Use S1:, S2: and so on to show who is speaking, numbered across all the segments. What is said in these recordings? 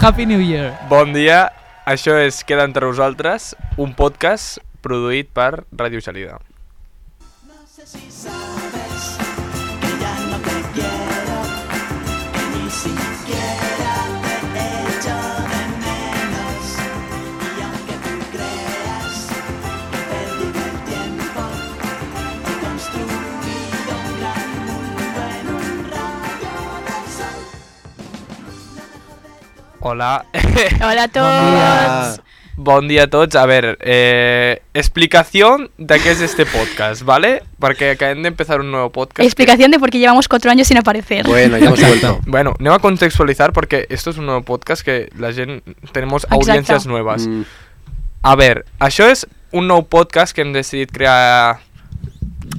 S1: Happy New Year.
S2: Bon dia, això és Queda entre vosaltres, un podcast produït per Ràdio Gelida.
S3: No sé si sabes que ya no te quiero, que ni siquiera te echo de menos. Y aunque tú creas que perdí el tiempo, he construido un gran mundo en un rayo del sol.
S2: Hola,
S4: Hola a todos.
S2: bon dia a tots. A veure, eh, explicació de què és este podcast, ¿vale? Perquè acabem d'empezar un nou podcast.
S4: Explicación de por qué llevamos cuatro años sin aparecer.
S5: Bueno, ya hemos vuelto.
S2: Bueno, anem a contextualizar porque esto es un nuevo podcast que la gent... Tenemos
S4: Exacte.
S2: audiencias nuevas.
S5: Mm,
S2: A ver, això és un nou podcast que hem decidit crear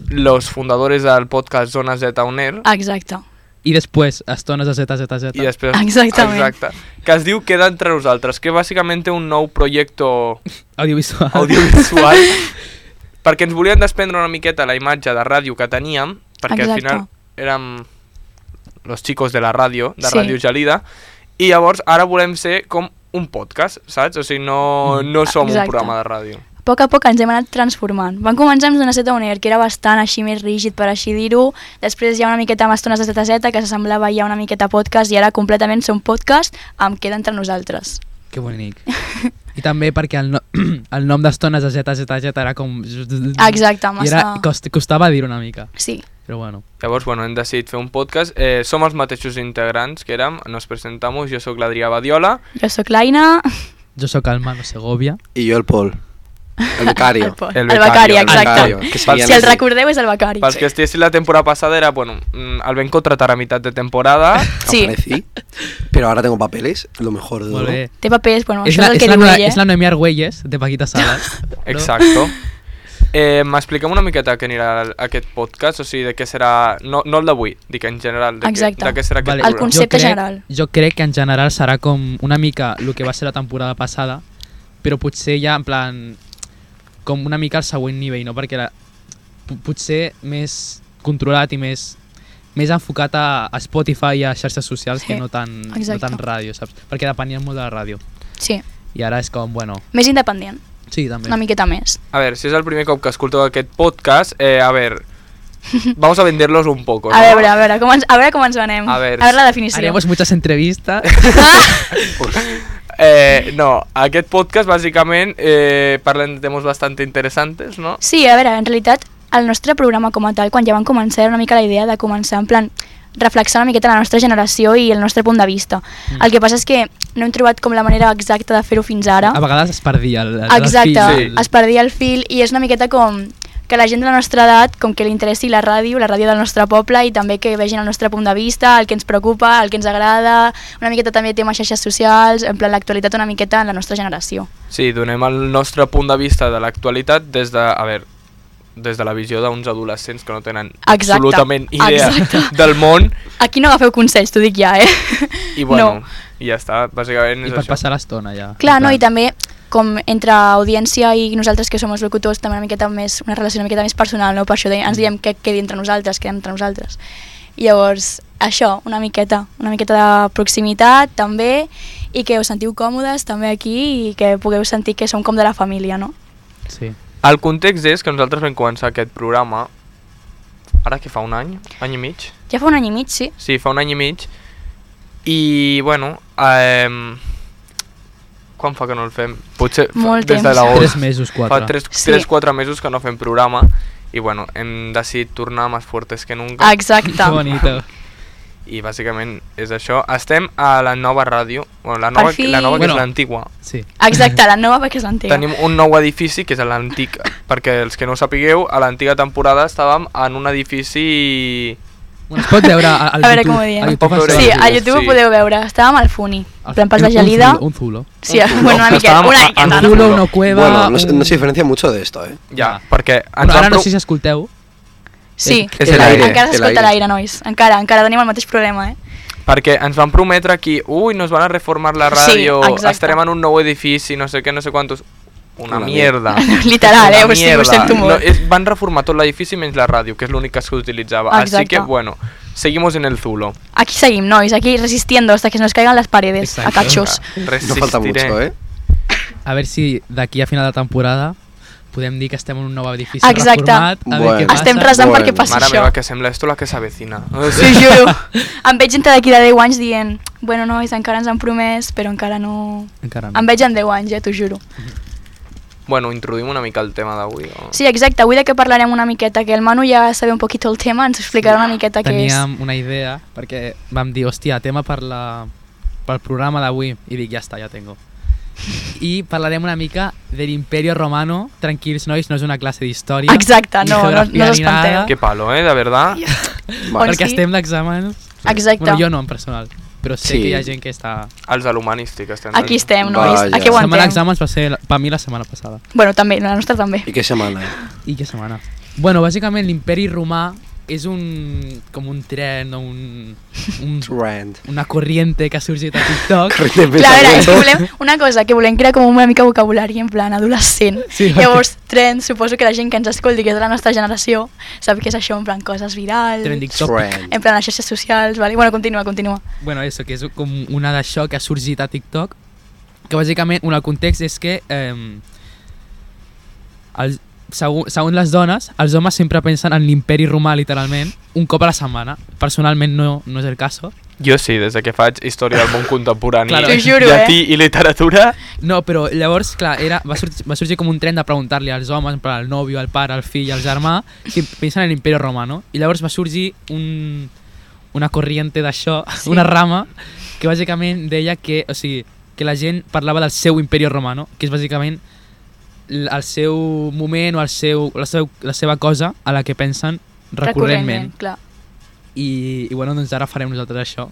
S2: los fundadores del podcast Zona Z Uner
S4: Ah, Exacto.
S1: I després, estones de ZZZ.
S2: i després...
S4: Exactament.
S2: Exacte. Que es diu Queda entre nosaltres, que bàsicament té un nou projecte
S1: Audiovisual.
S2: audiovisual perquè ens volien desprendre una miqueta la imatge de ràdio que teníem, perquè
S4: Exacte.
S2: al final érem los chicos de la ràdio, de
S4: Sí.
S2: Ràdio Gelida, i llavors ara volem ser com un podcast, saps? O sigui, no, no som
S4: Mm. Exacte.
S2: un programa de ràdio.
S4: A poc a poc ens hem anat transformant. Van començar amb Zona Zeta Uner, que era bastant així més rígid, per així dir-ho. Després hi ha una miqueta amb Estones de Zeta Zeta, que s'assemblava ja una miqueta a podcast, i ara completament són podcast amb Queda entre nosaltres.
S1: Que bonic. I també perquè el, no, el nom d'estones de ZZZ era com...
S4: Exacte, massa-
S1: I era, cost, costava dir una mica.
S4: Sí,
S1: Però bueno.
S2: Llavors, bueno, hem decidit fer un podcast. Eh, som els mateixos integrants que érem, nos presentamos, jo sóc l'Adrià Badiola,
S4: jo sóc l'Aina,
S1: Jo sóc el Mano Segovia.
S5: Y yo el Paul. El becario.
S4: el, Pol,
S2: el
S4: el Becari,
S2: Becari, el
S4: exacte.
S5: Becario, que
S2: Pels-
S5: seria
S4: Si el
S5: més-
S4: recordeu és el Becari.
S2: Pels que estiguessin la temporada passada era, bueno, mm, el vam contratar a mitad de temporada.
S4: Sí,
S5: Aparecí, pero ahora tengo papeles, lo mejor de
S1: Molt
S5: todo.
S1: bé.
S4: té papers, bueno,
S1: És
S4: això
S1: la,
S4: és el
S1: és,
S4: que
S1: la,
S4: diu
S1: Noe-
S4: ell,
S1: és la
S4: eh?
S1: Noemí Argüelles, de Paquita Salas.
S2: Exacto. Eh, M'expliquem una miqueta què anirà el- aquest podcast, o sigui, de què serà... No, no el d'avui, dic en general, de, què,
S4: Exacte.
S2: de què serà aquest
S4: El
S2: programa.
S4: concepte
S1: jo crec,
S4: general.
S1: Jo crec que en general serà com una mica el que va ser la temporada passada, però potser ja en plan com una mica al següent nivell, no? Perquè la, po- potser més controlat i més més enfocat a, a Spotify i a xarxes socials
S4: Sí,
S1: que no tan, no
S4: exacte.
S1: tan ràdio, saps? Perquè depenia molt de la ràdio.
S4: Sí,
S1: I ara és com, bueno,
S4: més independent,
S1: sí, també.
S4: una miqueta més.
S2: A veure, si és el primer cop que escolteu aquest podcast, eh, a veure, vamos a venderlos un poco,
S4: A
S2: no?
S4: veure, a veure, com ens, a veure com ens venem.
S2: A veure,
S4: a veure la definició. Ah!
S1: Haremos muchas entrevistas.
S2: Eh, no, aquest podcast bàsicament eh, parlem de temes bastante interesantes, no?
S4: Sí, a veure, en realitat el nostre programa com a tal, quan ja van començar, era una mica la idea de començar en plan reflexar una miqueta la nostra generació i el nostre punt de vista.
S1: Mm.
S4: Mm. El que passa és que no hem trobat com la manera exacta de fer-ho fins ara.
S2: Ah,
S1: A vegades es perdia el, el
S4: Exacte,
S1: fil.
S2: Sí.
S4: es perdia el fil i és una miqueta com que la gent de la nostra edat, com que li interessi la ràdio, la ràdio del nostre poble i també que vegin el nostre punt de vista, el que ens preocupa, el que ens agrada, una miqueta també temes xarxes socials, en plan l'actualitat una miqueta en la nostra generació.
S2: Sí, donem el nostre punt de vista de l'actualitat des de, a veure, des de la visió d'uns adolescents que no tenen
S4: Exacte,
S2: absolutament idea
S4: exacte.
S2: del món
S4: Aquí no agafeu consells, t'ho dic ja, eh?
S2: i bueno, no. ja està, bàsicament
S1: I
S2: és
S1: per
S2: això.
S1: passar l'estona, ja.
S4: Clar, no,
S1: En
S4: i
S1: plan,
S4: també com entre audiència i nosaltres que som els locutors també una miqueta més, una relació una miqueta més personal, no? Per això de- ens diem que quedi entre nosaltres, quedem entre nosaltres. I llavors, això, una miqueta, una miqueta de proximitat també i que us sentiu còmodes també aquí i que pugueu sentir que som com de la família, no?
S1: Sí.
S2: El context és que nosaltres vam començar aquest programa ara que fa un any, any i mig.
S4: Ja fa un any i mig, sí?
S2: Sí, fa un any i mig. I, bueno, eh, quan fa que no el fem? Potser fa-
S4: Molt
S2: des de
S4: temps.
S2: l'agost.
S1: Tres mesos, quatre.
S2: Fa 3
S4: Sí.
S2: 4 mesos que no fem programa i, bueno, hem decidit tornar més fortes que nunca.
S4: Exacte.
S1: Que bonito.
S2: I, bàsicament, és això. Estem a la nova ràdio. Bueno, la
S4: Per
S2: nova,
S4: fi.
S2: la nova que
S1: Bueno.
S2: és l'antigua.
S1: Sí.
S4: Exacte, la nova perquè és l'antiga.
S2: Tenim un nou edifici, que és l'antic, perquè els que no ho sapigueu, a l'antiga temporada estàvem en un edifici...
S1: Bueno, es pot veure al, al
S4: A veure
S1: YouTube-
S4: com ho diem.
S1: al YouTube
S2: Puc veure
S1: es-
S4: Sí, a
S2: Sí, sí.
S4: YouTube ho podeu veure. Estàvem al Funi,
S1: al-
S4: en plan pas de
S1: un
S4: gelida.
S1: zulo, Un zulo.
S4: Sí, bueno, una miqueta,
S2: Estàvem
S4: una
S2: a-
S4: miqueta,
S2: en
S4: no?
S1: Un
S2: un
S1: zulo,
S2: zulo.
S1: una cueva...
S5: Bueno, no, se-
S1: un-
S5: no se diferencia mucho de esto, ¿eh?
S2: Ja, perquè ens
S1: Bueno, ara
S2: van
S1: no
S2: pro-
S1: sé si escolteu.
S4: Sí,
S2: És el aire,
S4: encara
S5: el
S4: s'escolta
S5: aire.
S4: l'aire, nois. Encara, encara tenim el mateix problema, eh?
S2: perquè ens van prometre aquí, ui, nos van a reformar la
S4: Sí,
S2: ràdio,
S4: exacte.
S2: estarem en un nou edifici, no sé què, no sé quantos... Una,
S5: Una
S2: mierda.
S4: Literal, eh?
S2: Una
S4: O sigui, ho
S2: mierda.
S4: sento molt.
S2: No, és, van reformar tot l'edifici menys la ràdio, que és l'única que s'utilitzava. Així
S4: Exacte.
S2: que, bueno, seguimos en el Zulo.
S4: Aquí seguim, nois, aquí resistiendo hasta que se nos caigan las paredes
S1: Exacto.
S4: a cachos.
S5: No falta mucho, ¿eh?
S1: A ver si d'aquí a final de temporada podem dir que estem en un nou edifici
S4: Exacte.
S1: reformat, a veure
S5: Bueno.
S1: què passa.
S4: Estem resant
S5: Bueno,
S4: perquè passi
S2: Mare
S4: això.
S2: meva, que sembla esto la que s'avecina.
S4: T'ho juro. em veig entre d'aquí de 10 anys dient, bueno, nois, encara ens han promès, però encara no...
S1: Encara no.
S4: Em veig en 10 anys, eh, t'ho juro.
S2: Bueno, introduïm una mica el tema d'avui. o?
S4: Sí, exacte, avui de què parlarem una miqueta, que el Manu ja sabe un poquito el tema, ens explicarà una miqueta què és.
S1: Teníem una idea, perquè vam dir, hòstia, tema per la, pel programa d'avui. I dic, ja està, ja tengo. I parlarem una mica de l'Imperio Romano. Tranquils, nois, no és una classe d'història.
S4: Exacte,
S1: ni
S4: no, no,
S1: geografia,
S4: no us
S1: ni nada,
S4: espanteu.
S2: Qué palo, ¿eh? De verdad.
S5: Vale.
S1: Perquè
S4: sí.
S1: estem d'exàmens.
S4: Exacte.
S1: Bueno, jo no, en personal. Però sé
S5: Sí.
S1: que hi ha gent que està...
S2: Els de l'humanístic estem.
S4: Aquí estem, nois,
S5: Vaja.
S4: a què
S1: La
S4: ho
S1: setmana
S4: entenc?
S1: d'exàmens va ser, la- per mi, la setmana passada.
S4: Bueno, també, la nostra també.
S5: I què setmana?
S1: I què setmana? Bueno, bàsicament l'imperi romà és un... com un tren o un... un
S5: Trend.
S1: una corriente que ha sorgit a TikTok.
S5: Corrent de
S4: Clar, a veure, és que
S5: pensamiento.
S4: volem una cosa, que volem crear com una mica vocabulari en plan adolescent.
S1: Sí, perquè-
S4: Llavors, trend, suposo que la gent que ens escolti, que és de la nostra generació, sap què és això, en plan coses virals,
S1: Trending topic.
S5: Trend.
S4: en plan les xarxes socials, vale? Bueno, continua, continua.
S1: Bueno, eso, que és com una d'això que ha sorgit a TikTok, que bàsicament un el context és que eh, el, segon, segons les dones, els homes sempre pensen en l'imperi romà, literalment, un cop a la setmana. Personalment no, no és el cas.
S2: Jo sí, des de que faig història del món contemporani,
S1: Claro.
S4: T'ho juro, eh.
S2: llatí i literatura,
S1: No, però llavors, clar, era, va, sorgir, va sorgir com un tren de preguntar-li als homes, en plan, al nòvio, al pare, al fill, al germà, si pensen en l'imperi romà, no? I llavors va sorgir un, una corriente d'això,
S4: Sí.
S1: sí. una rama, que bàsicament deia que, o sigui, que la gent parlava del seu imperi romà, no? Que és bàsicament l- el seu moment o el seu, la, seu, la seva cosa a la que pensen recurrentment.
S4: clar.
S1: I, I bueno, doncs ara farem nosaltres això.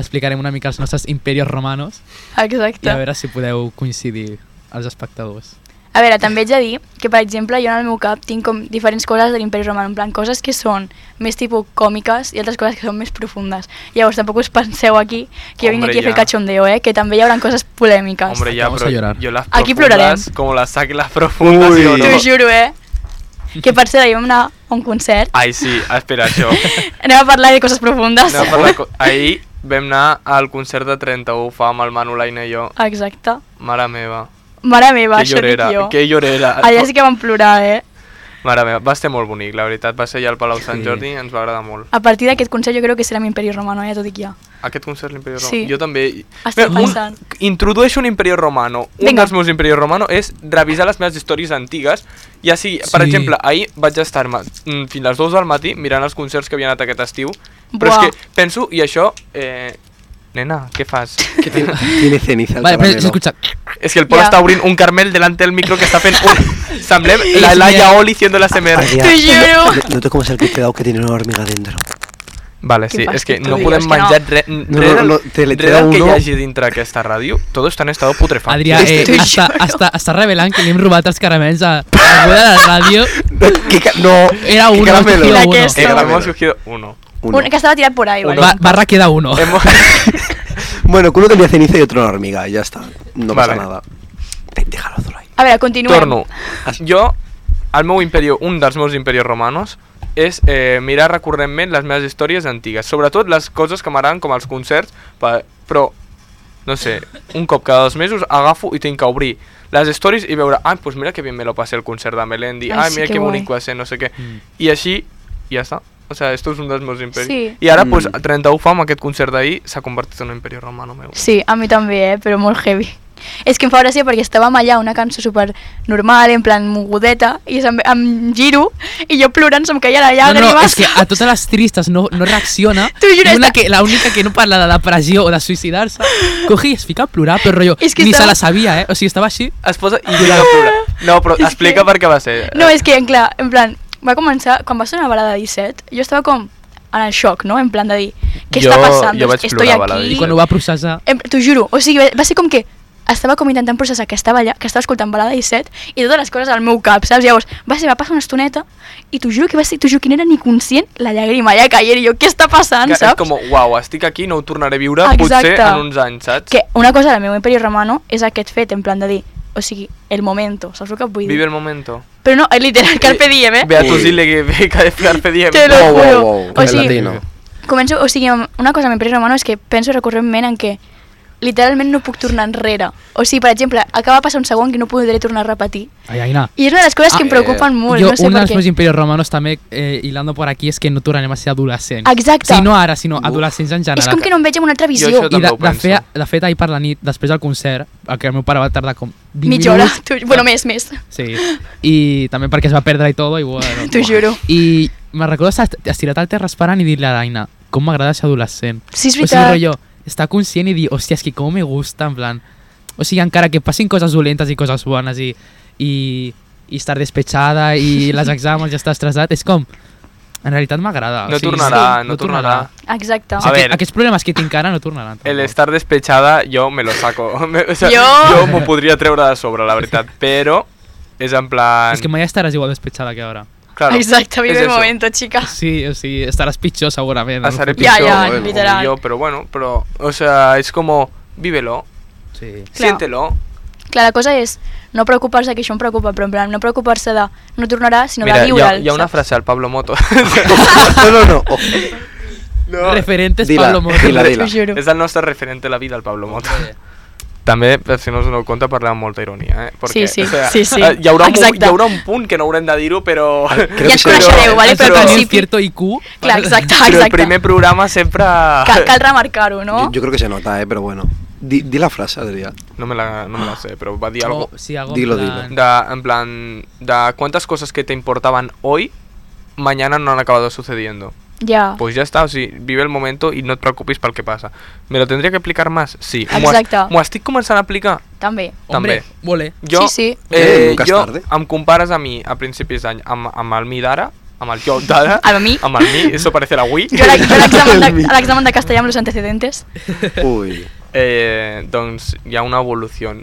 S1: Explicarem una mica els nostres imperios romanos i
S4: Exacte.
S1: a veure si podeu coincidir els espectadors.
S4: A veure, també haig de dir que, per exemple, jo en el meu cap tinc com diferents coses de l'imperi romà, en plan, coses que són més tipus còmiques i altres coses que són més profundes. Llavors, tampoc us penseu aquí que jo vinc
S2: Hombre,
S4: aquí a fer
S2: ja.
S4: cachondeo, eh? Que també hi haurà coses polèmiques.
S2: hombre, ya,
S1: Vamos a
S2: pero
S1: llorar.
S2: yo las
S4: Aquí
S2: profundas,
S4: plorarem.
S2: como las saque las profundas,
S5: Ui.
S2: yo no.
S4: T'ho juro, eh? Que per ser, ahir vam anar a un concert,
S2: Ai, sí, espera, això.
S4: anem a parlar de coses profundes.
S2: Anem a parlar co- Ahir vam anar al concert de 31 fa amb el Manu Laina i jo.
S4: Exacte.
S2: Mare meva.
S4: Mare
S2: que
S4: meva, això dic
S2: llorera,
S4: jo.
S2: que llorera.
S4: Allà sí que vam plorar, eh?
S2: Mare meva, va ser molt bonic, la veritat. Va ser allà al Palau Sant
S1: Sí.
S2: Jordi, ens va agradar molt.
S4: A partir d'aquest concert jo crec que serà l'imperi romano, ja t'ho dic ja.
S2: Aquest concert l'Imperio Romano.
S4: Sí.
S2: Jo també...
S4: Estic
S2: Mira,
S4: pensant.
S2: Un, introdueixo un Imperio Romano. Un
S4: Vinga.
S2: dels meus Imperio Romano és revisar les meves històries antigues. I així,
S1: Sí.
S2: per exemple, ahir vaig estar-me mm, fins les 2 del matí mirant els concerts que havia anat aquest estiu. Però
S4: Buah.
S2: és que penso, i això... Eh, nena, què fas?
S5: Que tiene, tiene ceniza el
S1: Vale, però
S5: caramelo.
S1: has escuchat.
S2: és que el Pol
S4: Ja.
S2: està obrint un carmel delante del micro que està fent un... Semblem la Laia Oli haciendo la SMR.
S5: María,
S4: Te lloro.
S5: No, no toques el que te he dado que tiene una hormiga dentro.
S2: Vale,
S4: Quin
S2: sí, és que
S4: fàstic,
S2: no
S4: tu
S2: podem
S4: digues que
S2: menjar
S4: no.
S2: re,
S5: no,
S2: re,
S5: no,
S2: del-
S5: te le- te
S2: re
S5: da
S2: del que hi
S5: uno.
S2: hagi dintre aquesta ràdio. Todo està en estado putrefacto.
S1: Adrià, eh,
S4: Estoy
S1: està,
S4: llorando.
S1: està, està revelant que li hem robat els caramels a, a la boda de la ràdio.
S5: ¿Qué ca- no,
S1: Era
S5: ¿qué
S1: uno,
S5: caramelo?
S1: era
S4: La que
S1: uno.
S4: es-
S2: Eh,
S4: Esto-
S2: hemos cogido uno.
S5: Uno.
S4: Un, que estava tirat por ahí, vale?
S1: Ba- barra queda uno.
S2: Hemos-
S5: Bueno, que uno tenía ceniza y otro una hormiga, y ya está. No pasa
S2: Vale.
S5: nada. De- Déjalo solo ahí.
S4: A veure, continuem.
S2: Torno. Jo, el meu imperio, un dels meus imperios romanos, és eh, mirar recurrentment les meves històries antigues. Sobretot les coses que m'agraden com els concerts, pe- però, no sé, un cop cada dos mesos agafo i tinc que obrir les stories i veure, ah, doncs mira que bien me lo passé el concert de Melendi,
S4: Ai,
S2: ah,
S4: sí,
S2: mira
S4: que
S2: que
S4: guai."
S2: bonic va ser, no sé què.
S1: Mm.
S2: I així, ja està. O sea, esto es un dels meus imperis.
S4: Sí.
S2: I ara,
S5: Mm.
S2: pues, 31 fam, aquest concert d'ahir s'ha convertit en un imperio romano meu.
S4: Sí, a mi també, eh? però molt heavy. És que em fa gràcia perquè estàvem allà una cançó super normal, en plan mogudeta, i em, em giro i jo plorant se'm caia la
S1: No,
S4: llàgrima.
S1: no, és que a totes les tristes no, no reacciona.
S4: T'ho juro,
S1: I una
S4: està-
S1: que, la única que no parla de depressió o de suïcidar-se, coge i es fica a plorar, però rotllo,
S4: És que
S1: ni
S4: estava-
S1: se la sabia, eh? O sigui, estava així.
S2: Es posa i mira, plora. No, però
S4: És que-
S2: explica per què va ser.
S4: no, és que en, clar, en plan, va començar, quan va sonar la balada 17, jo estava com en el xoc, no? En plan de dir, què
S2: Jo-
S4: està passant?
S2: jo
S4: Doncs
S2: vaig
S4: Estoy
S2: plorar a balada
S4: aquí.
S1: I quan ho va processar...
S4: Em- T'ho juro, o sigui, va- va ser com que estava com intentant processar que estava allà, que estava escoltant Balada 17 i totes les coses al meu cap, saps? Llavors, va ser, va passar una estoneta i t'ho juro que va ser, t'ho juro que n'era ni conscient la llàgrima ja caia i jo, què està passant,
S2: Que és
S4: saps?
S2: com, uau, estic aquí, no ho tornaré a viure,
S4: Exacte.
S2: potser en uns anys, saps?
S4: Que una cosa del meu imperi romano és aquest fet, en plan de dir, o sigui, el momento, saps el que et vull dir?
S2: Vive el momento.
S4: Però no, és literal, carpe diem, eh?
S2: Ve a tu
S5: Ui.
S2: dile que ve a carpe diem.
S4: Te lo
S5: Wow, wow,
S4: juro.
S5: wow,
S4: O
S5: el
S4: sigui,
S5: latino.
S4: Començo, o sigui, amb- una cosa amb Imperi Romano és que penso recurrentment en que literalment no puc tornar enrere. O sigui, per exemple, acaba de passar un segon que no podré tornar a repetir.
S1: Ai, Aina.
S4: I és una de les coses que em
S5: Ah,
S4: preocupen molt,
S1: Yo,
S4: no sé
S1: uno eh, de
S4: per
S1: los
S4: què.
S1: más imperios romanos también, eh, hilando por aquí, es que no tornarem a ser adolescents.
S4: Exacte.
S1: Sí, no ara, sinó
S5: Uf.
S1: adolescents en general.
S4: És com que no em veig amb una altra visió.
S2: això Jo
S1: I de,
S2: també ho
S1: de, fe,
S2: penso.
S1: de fet, ahir per la nit, després del concert, el que el meu pare va tardar com 20
S4: Mitja hora.
S1: minuts.
S4: t'ho- Bueno, més, més.
S1: Sí, i també perquè es va perdre i tot, i bueno.
S4: T'ho juro.
S1: I me recordo estar estirat al terra esperant i dir-li a l'Aina, com m'agrada ser adolescent.
S4: Sí, és
S1: O sigui,
S4: veritat.
S1: rotllo, estar conscient i dir, hòstia, és que com me gusta, en plan... O sigui, encara que passin coses dolentes i coses bones i, i, i estar despechada i les exàmens i estar estressat, és com... En realitat m'agrada.
S2: No
S1: o sigui,
S2: tornarà, no tornarà.
S4: Exacte.
S1: O sigui,
S2: A
S1: que,
S2: ver.
S1: aquests problemes que tinc ara no tornaran.
S2: El
S1: tampoc.
S2: estar despechada jo me lo saco. Me- o sea,
S4: Jo?
S2: jo m'ho podria treure de sobre, la veritat. Però és en plan...
S1: És que mai estaràs igual despechada que ara.
S2: claro,
S4: Ah, Exacte, vive
S2: és
S4: el
S2: eso.
S4: moment, chica.
S1: Sí, o sigui, estaràs pitjor segurament. en un
S2: Estaré
S1: futur.
S4: Ya,
S2: pitjor,
S4: ya,
S5: bueno,
S4: literal.
S2: Yo, pero bueno, pero, o sea, es como, vívelo,
S1: Sí.
S4: Claro.
S2: siéntelo.
S4: Clar, la cosa és no preocupar-se, que això em preocupa, però en plan, no preocupar-se de no tornarà, sinó
S2: Mira,
S4: de
S2: hi ha,
S4: viure'l.
S2: hi ha una
S4: saps?
S2: frase al Pablo Moto.
S5: No, no, no. Oh,
S2: no.
S1: Referentes
S5: Dila,
S1: Pablo Motos.
S5: dila, dila.
S4: T'ho juro.
S2: És el nostre referent de la vida, el Pablo Moto. També, per si no us doneu compte, parlem amb molta ironia, eh?
S4: Sí, sí, sí, sí.
S2: eh, Hi haurà, un, mo-
S4: Exacte. Ah,
S2: hi haurà un punt que no haurem de dir-ho, però...
S5: Crec
S4: Ja ens
S5: que sí.
S4: coneixereu, vale?
S1: Has de
S4: Però al
S1: tenir un
S4: principi-
S1: cierto IQ.
S4: Clar, exacte,
S2: Però el
S4: exacte.
S2: primer programa sempre...
S4: Cal, cal remarcar-ho, no?
S5: Yo, yo creo que se nota, eh, pero bueno. Di, di la frase, Adrià.
S2: No me la, no me la sé, però va dir alguna
S1: O, Oh, sí, algo en
S5: Dilo,
S1: plan-
S5: dilo.
S2: De, en plan, de cuántas cosas que te importaban hoy, mañana no han acabado sucediendo.
S4: Ja.
S2: Pues ya está, o sigui, vive el momento y no te preocupes pel que pasa. ¿Me lo tendría que aplicar más? Sí. M'ho es-
S4: Exacte.
S2: M'ho estic començant a aplicar?
S4: També.
S1: Hombre,
S2: També.
S1: vole.
S2: Jo,
S4: Sí, sí.
S5: Eh,
S2: Eh,
S5: nunca es
S2: jo
S5: tarde.
S2: em compares a mi a principis d'any amb, amb el mi d'ara, amb el jo d'ara,
S4: Amb mi.
S2: amb el mi, eso parece la Wii.
S4: Jo a la- jo a l'examen de, a l'examen de castellà amb los antecedentes.
S5: Uy.
S2: Eh, doncs hi ha una evolució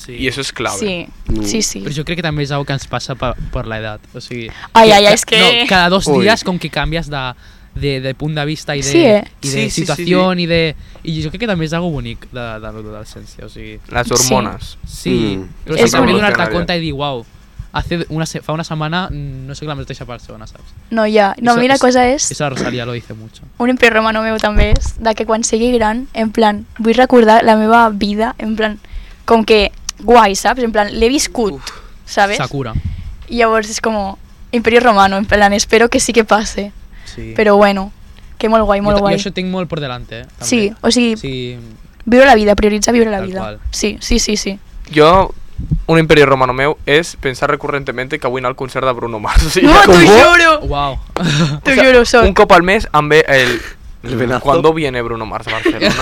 S1: Sí.
S2: i eso és clave.
S4: Sí,
S5: Mm.
S4: sí, sí.
S1: Però jo crec que també és algo que ens passa per, per l'edat. O sigui,
S4: Ai,
S1: que-
S4: ai, ai,
S1: que-
S4: és que-
S1: No, cada dos
S5: Ui.
S1: dies com que canvies de, de, de punt de vista i de,
S4: Sí, eh?
S1: i de
S2: Sí, sí, sí,
S1: situació
S2: sí.
S1: i de... I jo crec que també és algo bonic de, de l'adolescència. O sigui,
S2: Les
S4: Sí.
S2: hormones.
S1: sí,
S5: Mm.
S1: però
S4: És
S1: sempre m'he
S4: bonic.
S1: donat compte i dir, uau, hace una, se- fa una setmana no soc la mateixa persona, saps?
S4: No, ja. No, a
S1: Eso-
S4: mi la
S1: eso-
S4: cosa és...
S1: Eso la Rosalía lo dice mucho.
S4: un imperi romano meu també és de que quan sigui gran, en plan, vull recordar la meva vida, en plan, com que guai, saps? En plan, l'he viscut, ¿sabes?
S1: Sakura.
S4: I llavors és com imperio romano, en plan, espero que sí que passe.
S1: Sí.
S4: Però bueno, que molt guai, molt
S1: jo,
S4: guai.
S1: jo això tinc molt per delante, eh? també.
S4: Sí, o sigui, sí.
S1: Sí,
S4: viure la vida, prioritzar viure la
S1: Tal
S4: vida.
S1: qual.
S4: Sí, sí, sí, sí.
S2: Jo, un imperi romano meu és pensar recurrentemente que avui anar al concert de Bruno Mars. O sigui,
S4: No, t'ho
S5: com vos?
S4: juro,
S1: uau.
S4: t'ho juro, soc.
S2: un cop al mes em ve el...
S5: El venazo.
S2: Cuando viene Bruno Mars a Barcelona?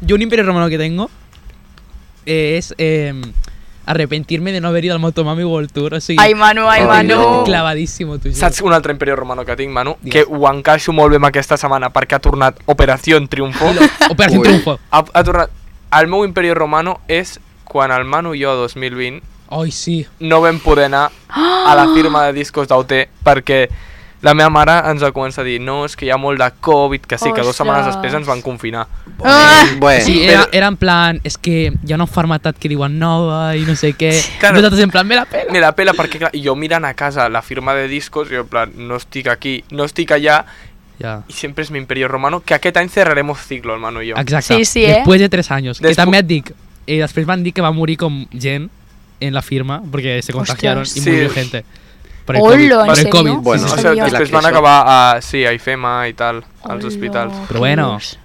S1: Yo un imperio romano que tengo eh, es eh, arrepentirme de no haber ido al Motomami World Tour. O sigui,
S4: Ai, Manu, ai,
S5: Oh,
S4: Manu.
S5: no.
S1: Clavadísimo, tu
S2: Saps un altre imperi romano que tinc, Manu?
S1: Digues.
S2: Que ho encaixo molt bé amb aquesta setmana perquè ha tornat Operació Triunfo.
S1: Operación
S5: Ui.
S1: Triunfo.
S2: Ha, ha tornat... El meu imperi romano és quan el Manu i jo 2020
S1: Ai, sí.
S2: no vam poder anar a la firma de discos d'Aute perquè la meva mare ens va començar a dir no, és que hi ha molt de Covid, que sí, que dues
S4: Ostres.
S2: setmanes després ens van confinar.
S4: Ah!
S2: Eh,
S5: Bueno.
S1: Sí, era,
S2: Però-
S1: era en plan, es que ya no farmatat que diuen nova y no sé qué.
S2: Claro.
S1: Nosaltres en plan, me la pela.
S2: Me la pela perquè clar, i jo mirant a casa la firma de discos, jo en plan, no estic aquí, no estic allà,
S1: Ja.
S2: i sempre és l'imperio romano, que aquest any cerraremos ciclo, el Manu i jo.
S1: Exacte.
S4: Sí, sí, eh?
S1: Després Ah, de 3 anys. Que
S2: Despu-
S1: també et dic, eh, després van dir que va morir com gent en la firma porque se contagiaron
S4: Ostres.
S1: y murió
S2: Sí.
S1: gente. Por
S4: Hola,
S1: COVID.
S4: ¿en
S1: Por el
S4: serio?
S1: COVID. sí, sí,
S5: Bueno,
S2: o
S1: sí.
S2: sea,
S4: sabia.
S2: després
S5: La
S2: van
S5: que
S2: acabar a, sí, a IFEMA i tal, als
S4: Hola,
S2: hospitals.
S1: Però bueno.
S4: Dios.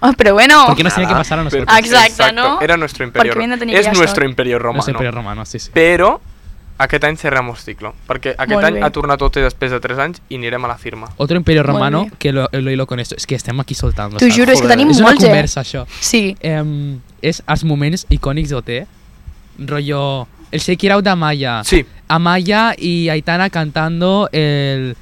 S4: Ah, però bueno.
S1: Porque no tenía que
S5: Nada,
S1: pasar a
S2: Pero-
S1: nosotros.
S4: Exacto, ¿no?
S2: Era nuestro
S4: Porque
S2: imperio
S4: bien no
S2: romano.
S4: tenía que
S2: Es
S4: gastar.
S2: nuestro imperio romano.
S1: No sé, Imperio Romano, sí, sí.
S2: Però aquest any cerramos ciclo, perquè aquest
S4: Molt
S2: any
S4: bé.
S2: ha tornat tot després de 3 anys i anirem a la firma.
S1: Otro imperio
S4: Molt
S1: romano
S4: bé.
S1: que lo, lo hilo con esto. És que estem aquí soltando.
S4: T'ho
S1: saps?
S4: juro, és que
S5: Joder,
S4: tenim
S1: És una
S4: molts, eh?
S1: conversa, això.
S4: Sí.
S1: Em, és els moments icònics d'OT. Rollo... El Shake It Out d'Amaya.
S2: Sí,
S1: Amaya y Aitana cantando el...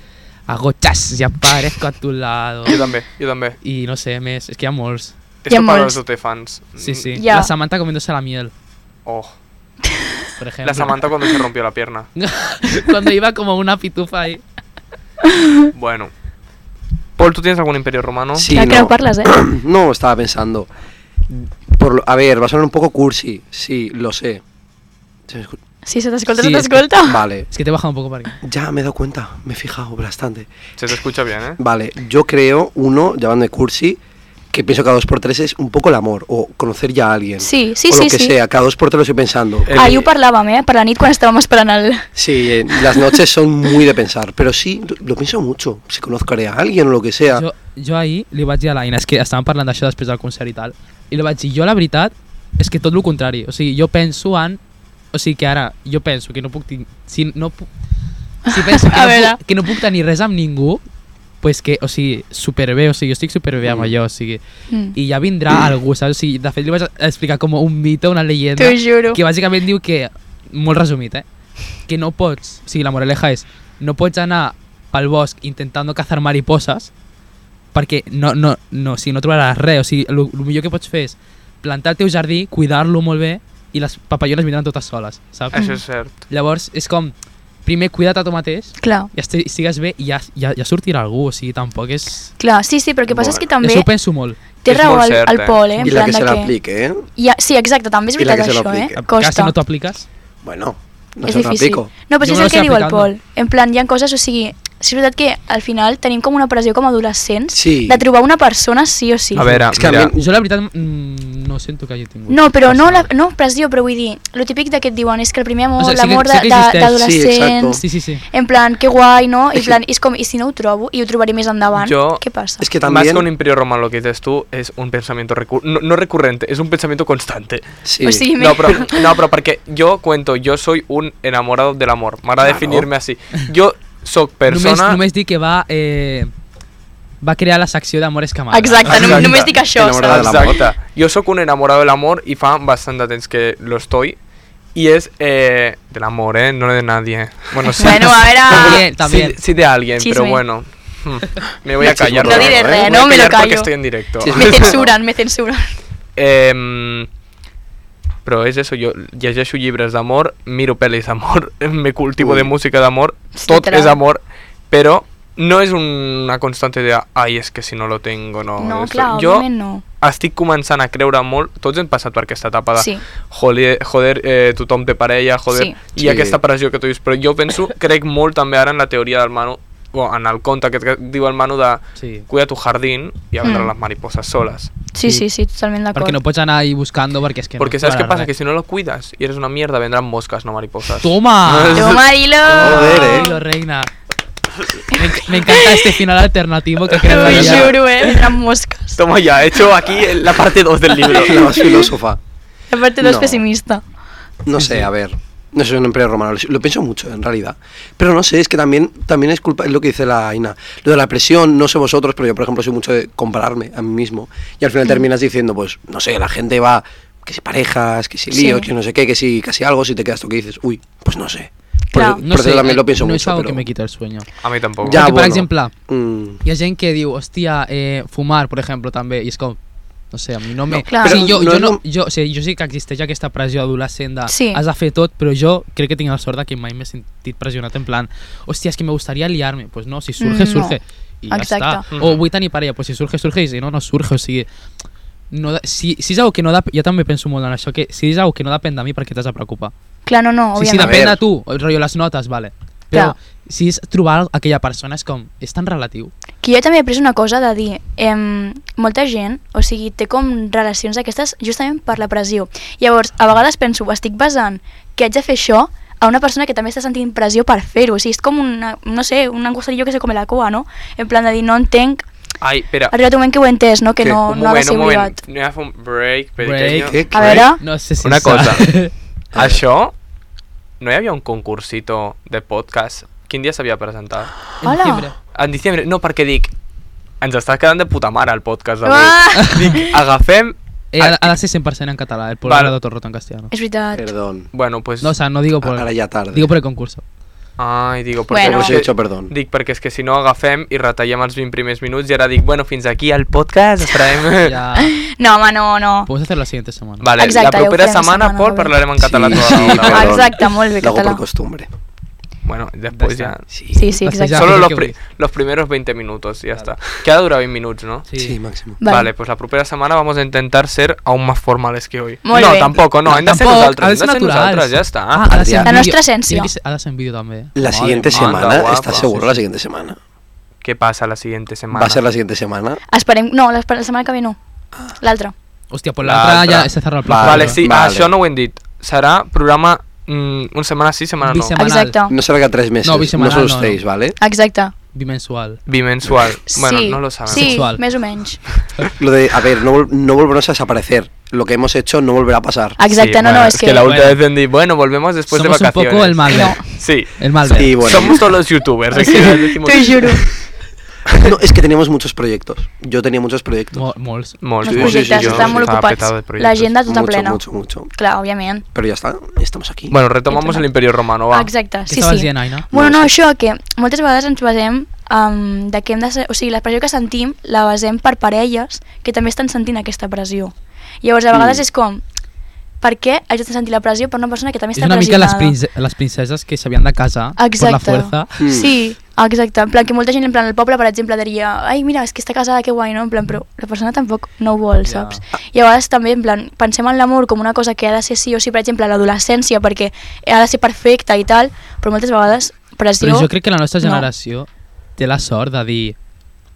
S1: Hago chas y aparezco a tu lado.
S2: jo també, jo també.
S1: Y no sé, més. És que hi ha molts.
S2: Esto para
S4: molts.
S2: los OT-fans.
S1: Sí, sí.
S4: Ya.
S1: La Samantha comiéndose la miel,
S2: Oh,
S1: por ejemplo.
S2: la Samantha cuando se rompió la pierna.
S1: Cuando iba como una pitufa ahí.
S2: Bueno. Paul, ¿tú tienes algún imperio romano?
S5: Sí,
S4: Clar que
S5: no.
S4: no parles, eh?
S5: No, estaba pensando. Por lo- a ver, va a sonar un poco cursi. Sí, lo sé. Se me escu-
S4: Sí, se t'escolta,
S1: Sí,
S4: se
S1: és que-
S4: t'escolta.
S5: Vale.
S1: Es que te he bajado un poco para aquí.
S5: Ya me he dado cuenta, me he fijado bastante.
S2: Se te escucha bien, ¿eh?
S5: Vale, yo creo, uno, llamándome cursi, que pienso cada dos por tres es un poco el amor, o conocer ya a alguien.
S4: Sí, sí,
S5: o lo
S4: sí,
S5: que
S4: sí.
S5: sea, cada dos por tres lo estoy pensando.
S2: Eh,
S4: Ahir ho parlàvem, eh? Per la nit quan estàvem esperant el...
S5: Sí, eh, las noches son muy de pensar, pero sí, lo- lo pienso mucho. Si conozcaré a alguien o lo que sea.
S1: Jo, jo ahir li vaig dir a l'Aina, és que estàvem parlant d'això després del concert i tal, i li vaig dir, jo la veritat és que tot el contrari, o sigui, jo penso en... O sigui que ara, jo penso que no puc... tin- Si no puc... Si penso que,
S4: A
S1: no
S4: veure.
S1: puc, que no puc tenir res amb ningú, pues que, o sigui, superbé, o sigui, jo estic superbé amb
S5: Mm.
S1: allò, o sigui,
S4: Mm.
S1: i ja vindrà algú, saps? O sigui, de fet, li vaig explicar com un mite, una leyenda,
S4: T'ho juro.
S1: que bàsicament diu que, molt resumit, eh? Que no pots, o sigui, la moraleja és, no pots anar pel bosc intentant cazar mariposas perquè no, no, no, o sigui, no trobaràs res, o sigui, el millor que pots fer és plantar el teu jardí, cuidar-lo molt bé i les papallones vindran totes soles, saps?
S2: Això és cert.
S1: Llavors, és com, primer cuida't a tu mateix,
S4: Clar,
S1: ja esti- estigues bé i ja, ja, ja sortirà algú, o sigui, tampoc és...
S4: clar, sí, sí, però el que passa és que també
S1: Això ho penso molt.
S4: té
S2: És
S4: raó
S2: molt
S4: el,
S2: cert,
S4: el
S2: eh?
S4: Pol, eh? En
S5: y la
S4: plan
S5: que
S4: de
S5: se la
S4: que-
S5: aplique, ¿eh?
S4: Ja, sí, exacte, també és
S5: I la
S4: veritat
S5: que se
S4: això, eh?
S5: l'aplica.
S1: Casi
S4: Costa.
S1: no t'ho apliques?
S5: Bueno, no
S4: és
S5: se la
S4: difícil.
S5: aplico.
S4: No, però
S1: Jo
S4: això
S1: me
S4: és el
S1: l'estic
S4: que diu el Pol.
S1: aplicant.
S4: En plan, hi ha coses, o sigui, sí, és veritat que al final tenim com una pressió com a adolescents
S5: Sí.
S4: de trobar una persona sí o sí.
S2: A veure,
S5: És que a
S2: mira,
S5: mi-
S1: Jo la veritat mm, no sento que hagi tingut.
S4: No, però no, la,
S1: Personal.
S4: no pressió, però vull dir, el típic de que et diuen és que el primer amor,
S1: O
S4: o
S1: sigui, sí
S4: sigui,
S1: que-
S4: l'amor
S1: sí que
S4: de- de-
S1: existeix.
S5: Sí, exacte.
S4: d'adolescents,
S1: Sí, sí, sí.
S4: en plan, que guai, no? I, en plan, és com, i si no ho trobo i ho trobaré més endavant,
S2: Jo-
S4: què passa?
S5: Es que
S2: más
S5: también.
S2: que un imperio romano lo que dices tú es un pensamiento recu- no, no recurrente, es un pensamiento constante.
S5: Sí.
S4: O sigui,
S2: No,
S4: me-
S2: pero, no, pero porque yo cuento, yo soy un enamorado del amor. Me hará
S5: Claro.
S2: definirme así. Yo soy
S1: Només,
S2: persona...
S1: només dic que va... Eh, va crear la secció d'Amores Camada.
S4: Exacte, no,
S2: Exacte.
S4: només dic això,
S5: Enamorada
S4: saps?
S5: de l'amor.
S2: Exacte. Jo sóc un enamorado del amor y fa bastant de temps que lo estoy. Y es eh, del amor, ¿eh? No de nadie. Bueno, sí.
S4: Bueno, a veure...
S1: También,
S2: sí,
S1: también.
S2: sí de alguien, pero
S4: Chisme.
S2: bueno. Hmm. Me voy a callar.
S5: No
S2: la
S5: diré
S2: verdad,
S5: res,
S2: ¿eh?
S4: no,
S2: Voy
S4: me
S2: a callar
S4: lo
S2: porque
S4: callo.
S2: estoy en directo.
S5: Sí,
S4: Me censuren, me censuren.
S2: Eh, pero es eso, yo llegeixo llibres d'amor, miro pel·lis d'amor, me cultivo
S5: Ui.
S2: de música d'amor,
S4: Sí,
S2: tot
S4: clar.
S2: és amor, però no és una constante de ai, és que si no lo tengo, no...
S4: No,
S2: esto".
S4: clar,
S2: jo
S4: òbviament no.
S2: estic començant a creure molt, tots hem passat per aquesta etapa de
S4: Sí.
S2: joder, joder eh, tothom té parella, joder,
S4: Sí.
S2: i
S5: Sí.
S2: aquesta pressió que tu dius, però jo penso, crec molt també ara en la teoria del Manu, o en el conte que que diu el Manu de
S1: Sí.
S2: cuida tu jardín i
S4: Mm.
S2: vendran les mariposas soles.
S4: Sí, sí, sí, totalment d'acord.
S1: Perquè no pots anar ahí buscando perquè és que
S2: Porque
S1: no
S2: ¿sabes qué
S1: trobaràs
S2: pasa? Que
S1: res.
S2: si no lo cuidas y eres una mierda, vendrán moscas, no mariposas.
S1: Toma!
S4: Toma, dilo!
S5: Joder, eh.
S1: Dilo, reina. Me, enc- me encanta este final alternativo que crea
S4: T'ho
S1: la vida.
S4: juro, eh? Vendran mosques.
S2: Toma ya, he hecho aquí el- la parte 2 del libro.
S5: La más filósofa.
S4: La parte 2
S5: No.
S4: pessimista.
S5: No sé, a ver. No soy un emperador romano, lo pienso mucho en realidad. Pero no sé, es que también, también es culpa, es lo que dice la Aina. Lo de la presión, no sé vosotros, pero yo, por ejemplo, soy mucho de compararme a mí mismo. Y al final terminas diciendo, pues, no sé, la gente va, que si parejas, que si
S4: Sí.
S5: líos, que no sé qué, que si casi algo, si te quedas tú que dices, uy, pues no sé. Por-
S4: Claro.
S5: por eso también lo pienso
S1: no és
S5: mucho.
S1: algo
S5: pero-
S1: que me quita el sueño.
S2: A mí tampoco.
S5: Ya,
S1: Perquè, per
S5: bueno.
S1: exemple,
S5: Mm.
S1: hi ha gent que diu, hòstia, eh, fumar, per exemple, també, i és com, no sé, a mi no me...
S5: No,
S4: Clar.
S1: Sí,
S4: però
S1: jo,
S5: no
S1: jo,
S5: és
S1: no,
S5: lo-
S1: jo, o sigui, jo sí que existeix aquesta pressió adolescent de
S4: Sí.
S1: has de fer tot, però jo crec que tinc la sort de que mai m'he sentit pressionat en plan hòstia, és que me gustaría liarme, pues no, si surge,
S4: Mm, no.
S1: surge i ja
S4: Exacte.
S1: està, o vull tenir parella pues si surge, surge, i si no, no surge, o sigui no, de- si, si és algo que no dep- jo també penso molt en això, que si és algo que no depèn de mi perquè t'has de preocupar,
S4: Clar, no, no,
S1: si, si
S4: òbviament.
S1: depèn
S5: A
S1: de
S5: ver.
S1: tu, el rotllo les notes, vale però
S4: Clar.
S1: si és trobar aquella persona és com, és tan relatiu
S4: Que jo també he après una cosa de dir, em, molta gent, o sigui, té com relacions aquestes justament per la pressió. Llavors, a vegades penso, estic basant que haig de fer això a una persona que també està sentint pressió per fer-ho. O sigui, és com una, no sé, un angostarillo que se come la cua, no? En plan de dir, no entenc...
S2: Ay, espera.
S4: Ha arribat un moment que ho he entès, no? Que
S5: Què?
S4: no,
S2: un
S4: no ha
S2: momento,
S4: de ser
S2: un
S4: obligat.
S2: momento. Me hago un break, pequeño.
S1: Break.
S5: ¿Qué?
S4: A veure...
S2: Ah.
S1: no sé si
S2: Una
S1: ho saps.
S2: cosa. A no había un concursito de podcast. ¿Quién día se había presentado?
S1: En
S4: Hola.
S1: diciembre.
S2: En diciembre. No, perquè dic, ens estàs quedant de puta mare el podcast d'avui.
S4: Ah!
S2: Dic, agafem...
S1: Eh, ha, ha de ser 100% en catalán, el programa
S2: Ah, Vale.
S1: de Doctor Roto en castellano.
S4: És veritat.
S5: Perdón.
S2: Bueno, pues...
S1: No, o sea, no digo por,
S5: Ahora ya tarde.
S1: digo por el concurso.
S2: Ai, digo, perquè...
S4: Bueno.
S5: Por
S4: Pues
S5: eso
S4: he
S5: he dicho perdón.
S2: Dic perquè és que si no agafem i retallem els 20 primers minuts i ara dic, bueno, fins aquí el podcast, esperem...
S1: Ya,
S4: No, home, no, no.
S1: podemos hacer la siguiente semana.
S2: Vale,
S4: Exacte,
S2: la
S4: ja ho
S2: propera
S4: farem
S2: setmana,
S4: setmana,
S2: Pol,
S4: molt bé.
S2: parlarem en català
S5: Sí,
S2: tota
S5: sí,
S2: la hora.
S5: perdón.
S4: Exacte, molt bé,
S5: Lo hago
S4: català.
S5: por costumbre.
S2: Bueno, después
S1: Ya
S2: ya.
S1: está.
S4: Sí, sí,
S1: Vas
S4: exacte.
S1: allá.
S2: Solo
S1: pero
S2: los,
S1: que
S2: pri-
S1: voy.
S2: los primeros 20 minutos, ya
S1: Claro.
S2: está. Que ha durado 20 minutos, ¿no?
S1: Sí.
S5: Sí, máximo.
S2: Vale. pues la propera setmana vamos a intentar ser aún más formales que hoy.
S4: Molt
S2: no,
S4: bé.
S2: tampoco, no, hem de ser
S1: Tampoc,
S2: nosaltres,
S1: ha de
S2: hem de
S1: ser
S2: ser
S1: natural.
S2: nosaltres, ja està.
S1: Ah, ha de ser
S5: La
S1: en vídeo.
S4: nostra essència.
S1: Tiene que ser- Ha de ser en vídeo també.
S5: La
S2: Madre
S5: siguiente
S2: manta,
S5: semana,
S2: guapa.
S5: ¿estás seguro?
S1: Sí,
S5: La
S1: sí.
S5: siguiente semana.
S2: ¿Qué pasa la siguiente semana?
S5: Va a ser la siguiente semana.
S4: Esperem... No, la, la setmana que ve no. L'altra.
S1: Hòstia, pues l'altra
S2: L'altra.
S1: ja se cerra el pla.
S5: Vale,
S2: Vale, sí,
S5: vale.
S2: això no ho hem dit. Serà programa mm, un setmana sí, setmana no.
S1: Bisemanal.
S4: Exacte.
S5: No será cada tres meses.
S1: No,
S5: No,
S1: bisemanal,
S5: solo
S1: no, no.
S5: estéis, ¿vale?
S4: Exacte.
S1: Bimensual.
S2: Bimensual. Eh? Bueno,
S4: sí,
S2: no lo sabemos.
S4: Sí,
S1: Sexual.
S4: més o menys.
S5: Lo de, a ver, no, vol- no volvernos a desaparecer. Lo que hemos hecho no volverá a pasar.
S4: Exacte,
S2: Sí,
S4: no,
S2: bueno,
S4: no, és que...
S2: la
S1: Bueno.
S2: última vez entendí, bueno, volvemos después
S1: Somos
S2: de
S1: un
S2: vacaciones.
S1: poco el Malver.
S4: No.
S2: Sí.
S1: El Malver.
S5: Sí, bueno.
S2: Somos todos los youtubers. es que ya decimos-
S4: T'ho juro.
S5: No, es que teníamos muchos proyectos. Yo tenía muchos proyectos.
S1: Mo- molts.
S2: Molts,
S4: Els
S5: sí, sí,
S2: molts,
S4: projectes
S5: jo
S4: estan molt
S2: estava petado de
S4: ocupats.
S2: proyectos.
S4: L'agenda tota
S5: mucho,
S4: plena.
S5: mucho, mucho.
S4: Clar, òbviament.
S5: Pero ya está, estamos aquí.
S2: Bueno, retomamos el
S4: Exacte.
S2: Imperio Romano,
S4: Ah,
S2: va.
S4: Exacte,
S1: Què
S4: sí,
S1: estaves
S4: sí.
S1: dient, Aina?
S4: Bueno, no,
S5: No ho
S4: això que moltes vegades ens basem um, de que hem de ser, o sigui, la pressió que sentim la basem per parelles que també estan sentint aquesta pressió. Llavors, a vegades
S5: Mm.
S4: és com, per què haig de sentir la pressió per una persona que també
S1: És
S4: està
S1: una mica
S4: pressionada?
S1: les, prince les princeses que s'havien de casar per la
S4: Exacte.
S1: fuerza.
S5: Mm.
S4: Sí, exacte. En plan, que molta gent, en plan, el poble, per exemple, diria ai, mira, és que està casada, que guai, no? En plan, però la persona tampoc no ho vol,
S1: Ja.
S4: saps? I a vegades també, en plan, pensem en l'amor com una cosa que ha de ser sí o sí, per exemple, a l'adolescència, perquè ha de ser perfecta i tal, però moltes vegades pressió...
S1: Però jo crec que la nostra
S4: No.
S1: generació té la sort de dir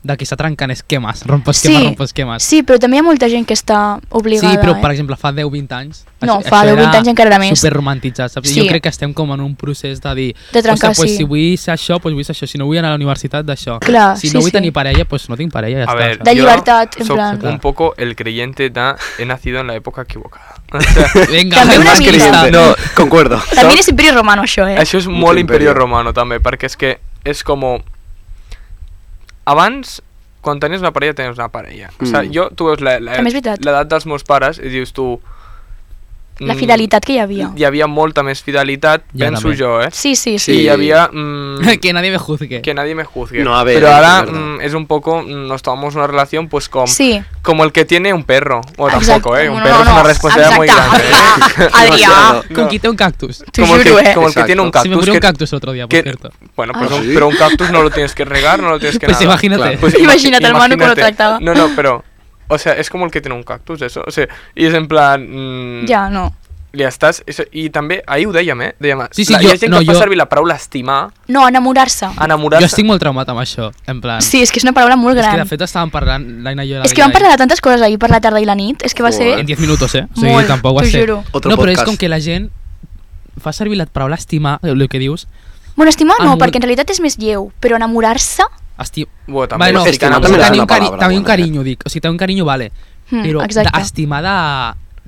S1: de que està trencant esquemes, rompo
S4: Sí.
S1: esquemes, rompo esquemes.
S4: Sí, però també hi ha molta gent que està obligada.
S1: sí, però
S4: eh?
S1: per exemple fa 10-20 anys
S4: No, fa 10-20 anys encara era més.
S1: Superromantitzat, saps?
S4: Sí.
S1: Sí. Jo crec que estem com en un procés de dir
S4: De trencar,
S1: "Ostres, pues,
S4: sí.
S1: si vull ser això, pues vull ser això Si no vull anar a la universitat, d'això
S4: Clar,
S1: Si
S4: sí,
S1: no vull
S4: sí.
S1: tenir parella, pues no tinc parella, ja
S2: A
S1: està
S2: ver,
S4: De
S1: saps?
S2: yo
S4: libertad, en
S2: soy
S4: plan.
S2: un poco el creyente de he nacido en la época equivocada. O sea,
S1: Vinga,
S4: També una
S5: Más
S4: mica.
S5: creyente. No, concuerdo.
S4: També és imperi romano, això, eh?
S2: això és
S5: Mucho
S2: molt
S5: imperio.
S2: imperio romano també, perquè és que és com... Abans, quan tenies una parella, tenies una parella. O sea,
S5: Mm.
S2: jo, tu veus la- la-
S4: També és veritat.
S2: l'edat dels meus pares i dius tu...
S4: La
S2: mm,
S4: fidelitat que hi havia.
S2: Hi havia molta més fidelitat,
S1: Ja,
S2: penso
S1: també.
S2: jo, eh?
S4: Sí, sí, sí.
S5: Sí.
S2: I hi havia... mm,
S1: que nadie me juzgue
S2: que nadie me juzgue.
S5: No, a ver,
S2: Pero
S5: es
S2: ahora
S5: verdad.
S2: mm, es un poco, mm, nos tomamos una relación pues como,
S4: Sí.
S2: como el que tiene un perro. O
S4: Exacte.
S2: tampoco, ¿eh? Un
S4: No,
S2: perro
S4: no,
S2: es una
S4: no.
S2: responsabilidad muy grande. ¿eh?
S4: Exacte. Adrià,
S5: Demasiado.
S2: No.
S1: Con quita un cactus
S4: t'ho
S2: Como el
S4: juro,
S2: que,
S4: eh?
S2: como el que
S5: Exacto.
S2: tiene un
S1: Se me
S2: cactus.
S1: murió
S2: que-
S1: un cactus otro día, por
S2: que-
S1: cierto
S2: bueno,
S4: Ah,
S2: pues un-
S5: ¿sí?
S2: pero un cactus no lo tienes que regar, no lo tienes que
S1: Pues
S2: nada.
S1: imagínate.
S2: imagi-
S4: Imagínate al mano cómo lo
S2: imagínate.
S4: trataba.
S2: No, no, pero... O sea, es como el que tiene un cactus, eso. O sea, y es en plan... mm,
S4: Ja, no.
S2: Ja estàs... Això, I també, ahir ho dèiem, eh? Dèiem,
S1: Sí, sí,
S2: la,
S1: jo-
S2: hi ha gent
S1: no,
S2: que fa
S1: jo-
S2: servir la paraula estimar,
S4: No, enamorar-se.
S1: Jo
S2: enamorar-se...
S1: estic molt traumat amb això, en plan
S4: Sí, és que és una paraula molt
S1: Ah, És que
S4: gran.
S1: de fet estàvem parlant, l'Aina i jo i la
S4: És que vam
S1: Belén,
S4: parlar de tantes coses ahir per la tarda i la nit, és que va ser...
S1: en 10 minutos, eh? O sigui,
S4: Molt,
S1: tampoc va
S4: t'ho
S1: ser.
S4: juro.
S5: Otro
S1: no, però és
S5: podcast.
S1: com que la gent fa servir la paraula estimar, el que dius,
S4: Bueno, estimar no,
S1: Amor.
S4: perquè en realitat és més lleu, però enamorar-se...
S1: estim...
S2: Bueno, també,
S1: Vale, no,
S2: sí que
S5: estimar
S2: enamorar-
S5: també
S1: tenir
S5: una
S1: un, cari
S5: paraula
S1: tenir un
S5: bona, eh?
S1: carinyo, dic. O sigui, tenir un carinyo, vale.
S4: Mm,
S1: però
S4: exacte.
S1: estimar de...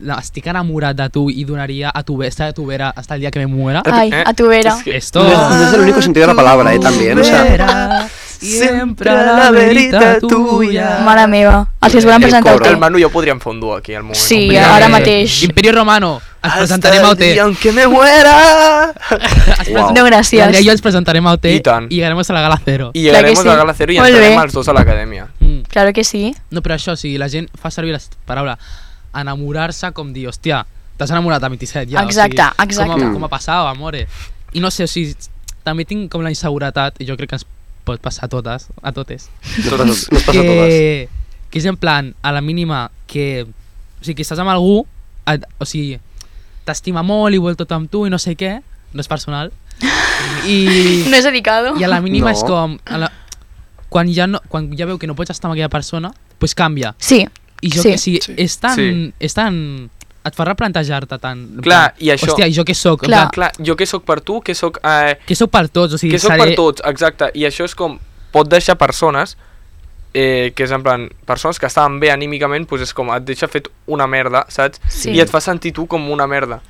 S1: la- Estic enamorat de tu i donaria a tu vera, estar a tu vera hasta el dia que me muera.
S4: Ai,
S2: Eh,
S4: a tu vera.
S2: és que-
S1: Esto...
S5: No, no es el único sentido de la palabra, ¿eh? También, o sea...
S1: siempre a la verita tuya.
S4: Mare meva, els que es volen
S5: El
S4: presentar
S5: coro.
S4: al
S2: El
S4: té.
S2: Manu i jo podríem fer un duo aquí al moment.
S4: Sí,
S2: Hombre,
S4: ara
S2: eh,
S4: mateix.
S1: Imperio Romano, ens presentarem a OT.
S2: Y aunque me muera.
S5: Uau.
S4: No, gràcies.
S1: L'Adrià i jo ens presentarem a OT
S2: I tant.
S1: i ganarem a la Gala Cero.
S2: Y
S4: Clar que
S2: llegaremos
S4: sí.
S2: a Gala Cero y
S4: Molt
S2: entraremos
S4: bé.
S2: los dos a la academia.
S1: Mm.
S4: Claro que sí.
S1: No, però això, o sigui, la gent fa servir la paraula enamorar-se com dir, hòstia, t'has enamorat a 27 ja.
S4: Exacte,
S1: o sigui,
S4: exacte.
S1: Com, ha- com ha passat, amore. I no sé, o sigui, també tinc com la inseguretat, i jo crec que ens pot passar a totes, a totes,
S5: Nos pasa, nos pasa a todas.
S1: que, que és en plan, a la mínima, que, o sigui, que estàs amb algú, et, o sigui, t'estima molt i vol tot amb tu i no sé què, no és personal, i...
S4: No és dedicado.
S1: I a la mínima
S5: No.
S1: és com... A la... Quan, ja no, quan ja veu que no pots estar amb aquella persona, doncs pues canvia.
S4: Sí,
S1: I jo
S4: Sí.
S1: que sí,
S5: Sí.
S1: és tan...
S2: Sí.
S1: És tan et fa replantejar-te tant. en plan,
S2: Clar, i això-
S1: Hòstia, i jo què soc? Clar.
S4: Clar.
S2: Clar, jo que sóc per tu, que sóc, eh,
S1: Què soc per tots? O sigui,
S2: que sóc
S1: seré...
S2: per tots, exacte. I això és com pot deixar persones eh, que és en plan, persones que estaven bé anímicament, doncs és com et deixa fet una merda, saps?
S4: Sí.
S2: I et fa sentir tu com una merda.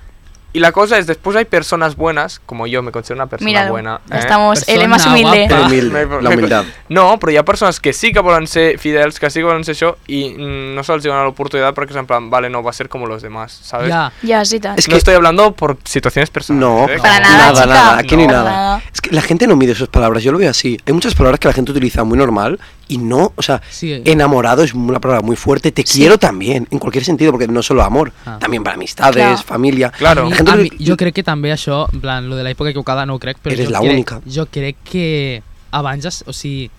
S2: I la cosa és, després hi ha persones buenes, com jo me considero una persona
S4: mira,
S2: buena. Eh?
S4: estamos, el
S1: Persona
S4: más humilde.
S1: guapa.
S5: El
S2: Me-
S5: humilde,
S2: me-
S5: la humildad.
S2: No, però hi ha persones que sí que volen ser fidels, que sí que volen ser això, i mm, no se'ls dona l'oportunitat perquè és en plan, vale, no, va a ser como los demás, ¿sabes?
S1: Ja.
S4: Ja, és veritat.
S5: Es
S2: No
S5: que-
S2: estoy hablando por situaciones personales.
S5: No,
S2: ¿eh?
S4: Para nada, chica.
S5: nada, aquí ni
S4: No.
S5: nada.
S4: Para nada.
S5: Es que la gente no mide sus palabras, yo lo veo así. Hay muchas palabras que la gente utiliza muy normal y no, o sea,
S1: Sí, eh.
S5: enamorado es una palabra muy fuerte, te
S4: Sí.
S5: quiero también, en cualquier sentido, porque no solo amor,
S1: Ah.
S5: también para amistades,
S4: Claro.
S5: familia.
S2: Claro.
S1: A mi-
S5: Gente
S1: a
S5: que-
S1: mi- jo crec que també això, en plan, lo de la època equivocada no ho crec, però
S5: Eres
S1: jo
S5: la
S1: crec,
S5: única.
S1: Jo crec que abans, es, o sigui,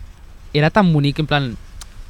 S1: era tan bonic, en plan,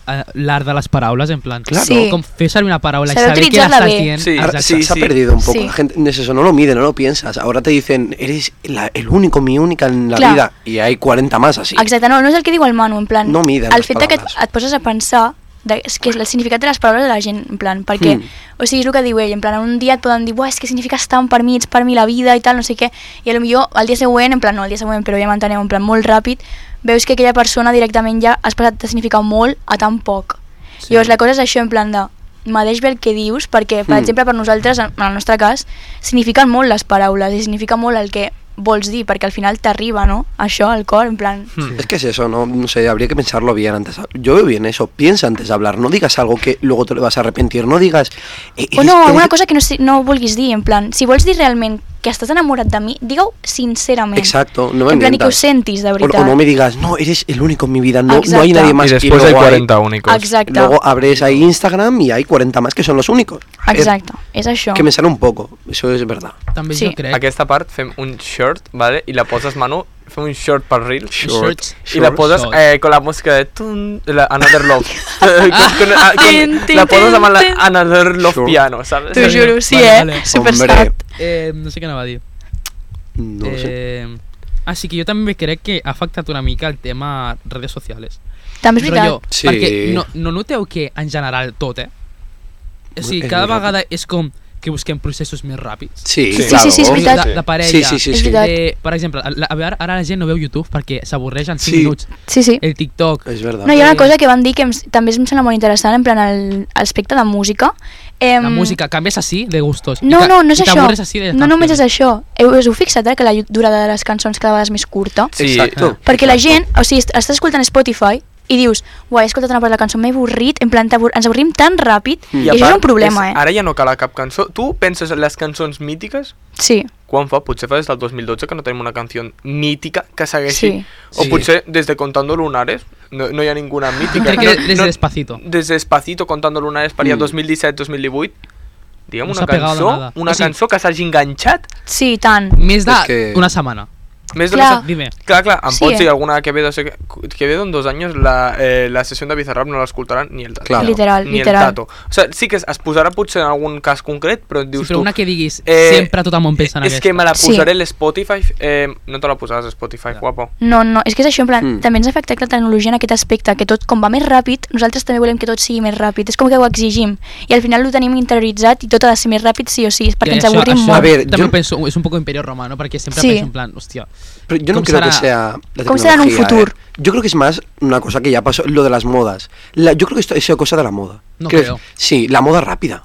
S1: eh, l'art de les paraules, en plan,
S5: Claro.
S4: Sí.
S1: com fer servir una paraula i
S4: Saber
S1: saber què
S4: utilitzar-la
S1: l'estàs
S4: bé.
S1: dient.
S2: Sí,
S5: Ahora
S1: exacte.
S5: se- se, ha
S2: sí.
S5: perdido un poco.
S4: Sí.
S5: La gente en eso no lo mide, no lo piensas. Ahora te dicen, eres la- el único, mi única en la
S4: Claro.
S5: vida. Y hay 40 más así.
S4: Exacte, no, no és el que diu el Manu, en plan...
S5: No miden
S4: El
S5: les
S4: fet de que et,
S5: paraules.
S4: et poses a pensar de, és que és el significat de les paraules de la gent, en plan, perquè,
S5: Mm.
S4: o sigui, és el que diu ell, en plan, un dia et poden dir, buah, és que signifiques tant per mi, ets per mi la vida i tal, no sé què, i a lo millor al dia següent, en plan, no, al dia següent, però ja m'enteneu, en plan, molt ràpid, veus que aquella persona directament ja has passat de significar molt a tan poc. Sí. Llavors la cosa és això, en plan de, m'adeix bé el que dius, perquè, per
S5: Mm.
S4: exemple, per nosaltres, en en el nostre cas, signifiquen molt les paraules i significa molt el que vols dir, perquè al final t'arriba, no?, això al cor, en plan,
S5: Hmm.
S2: Hmm.
S5: Es que es eso, ¿no? No sé, habría que pensarlo bien antes. Yo veo bien eso. Piensa antes de hablar. No digas algo que luego te lo vas a arrepentir. No digas. "Eh,
S4: O
S5: eres-
S4: no,
S5: eres-
S4: alguna cosa que no, sé- no vulguis dir, en plan, si vols dir realment que estàs enamorat de mi, digue-ho sincerament.
S5: Exacto, no me
S4: En plan, i que ho
S5: mientas.
S4: sentis, de
S5: O-
S4: veritat.
S5: O, no me digas, no, eres el único en mi vida. No, no hay
S4: Exacto.
S5: nadie
S2: Y
S5: más.
S2: después hay
S5: luego
S2: 40 únicos.
S4: Exacte,
S5: Luego abres ahí Instagram y hay 40 más que son los únicos. Eh,
S4: exacte, és això.
S5: Que me sale un poco. Eso es verdad.
S1: També
S4: Sí.
S1: jo crec.
S2: Aquesta part fem un short, vale? I la poses, Manu, fem un short per reel.
S1: Short.
S2: Y la poses
S1: Short.
S2: eh, con la música de tun, la Another Love. Eh, con- con- ah, con-
S4: Tin, tin,
S2: la poses amb la
S4: tin, tin.
S2: Another Love
S5: Sure.
S2: piano, ¿sabes?
S4: T'ho
S1: Vale,
S4: juro, sí,
S1: vale,
S4: eh?
S1: vale.
S4: Super
S5: Hombre.
S4: sad.
S1: Eh, no sé què anava a dir.
S5: No lo sé.
S1: eh, Ah, sí que jo també crec que ha afectat una mica el tema redes sociales.
S4: També és veritat.
S1: Rotllo,
S5: Sí.
S1: Perquè no, no noteu que en general tot, eh? O sigui,
S5: És
S1: cada
S5: molt
S1: vegada és com que busquem processos més ràpids.
S5: Sí,
S2: Sí, sí,
S5: claro.
S4: sí, es verdad.
S1: La, la parella.
S5: Sí, sí, sí,
S4: És
S5: sí.
S4: veritat.
S1: Eh, per exemple, la, a veure, ara la gent no veu YouTube perquè s'avorreix en 5
S5: Sí.
S1: minuts.
S4: Sí, sí.
S1: El TikTok.
S5: Es verdad.
S4: No, hi ha una
S1: Eh.
S4: cosa que van dir que em, també em sembla molt interessant, en plan, el- l'aspecte de música. Em,
S1: La música, canvies així de gustos.
S4: No,
S1: I ca-
S4: no, no és
S1: i
S4: això.
S1: t'avorres Així de
S4: No només és això. Eh, Us heu fixat, eh, que la llu- durada de les cançons cada vegada és més curta?
S2: Sí,
S5: Exacto.
S4: Perquè la
S5: Exacto.
S4: gent, o sigui, est- estàs escoltant Spotify i dius, guai, he escoltat una part de la cançó, m'he avorrit, en plan, t'abor- ens avorrim tan ràpid,
S5: Mm.
S4: i,
S5: I
S4: això és un
S2: és-
S4: problema, eh?
S2: Ara ja no cal cap cançó. Tu penses en les cançons mítiques?
S4: Sí,
S2: Quan fa? Potser fa des del 2012 que no tenim una canció mítica que segueixi.
S4: Sí.
S2: O
S1: Sí.
S2: potser des de Contando Lunares no, no hi ha ninguna mítica.
S1: Crec que
S2: No-
S1: des- des de
S2: no-
S1: Despacito.
S2: Des de Despacito, Contando Lunares, per allà
S5: Mm.
S2: 2017-2018. Diguem
S1: No
S2: una
S1: s'ha pegado
S2: cançó,
S1: nada.
S2: una
S1: O sigui-
S2: cançó que s'hagi enganxat
S4: sí, i tant.
S1: Més de
S5: És que-
S1: una setmana.
S2: més de
S4: Clar.
S2: la
S1: Dime.
S2: Clar, clar, em
S4: Sí,
S2: pots
S4: eh?
S2: dir alguna que ve, de ser, que ve en dos anys la, eh, la sessió de Bizarrap no l'escoltaran ni el Tato.
S5: Claro.
S4: Literal,
S2: ni
S4: literal.
S2: el Tato. O sigui, sí que es, es posarà potser en algun cas concret, però dius
S1: Sí, però
S2: tu...
S1: una que diguis,
S2: eh,
S1: sempre tot el món pensa en
S2: és que
S1: aquesta.
S2: me la
S4: Sí.
S2: posaré a l'Spotify, eh, no te la posaràs a Spotify, guapo.
S4: No, no, és que és això, en plan,
S5: Mm.
S4: mm. també ens afecta la tecnologia en aquest aspecte, que tot, com va més ràpid, nosaltres també volem que tot sigui més ràpid, és com que ho exigim, i al final ho tenim interioritzat i tot ha de ser més ràpid sí o sí, és perquè
S1: I
S4: ens avorrim
S1: això,
S4: molt.
S5: A ver,
S1: també
S5: jo-
S1: ho penso, és un poco imperio romano, perquè sempre
S4: Sí.
S1: penso en plan, hòstia,
S5: Pero yo no
S1: ¿Cómo
S5: creo que
S1: será-
S5: sea. la
S4: ¿Cómo será en un
S5: tecnología,
S4: futuro?
S5: eh. Yo creo que es más una cosa que ya pasó, lo de las modas. La- yo creo que esto es cosa de la moda.
S1: No
S5: Quiero
S1: creo.
S5: decir, Sí, la moda rápida.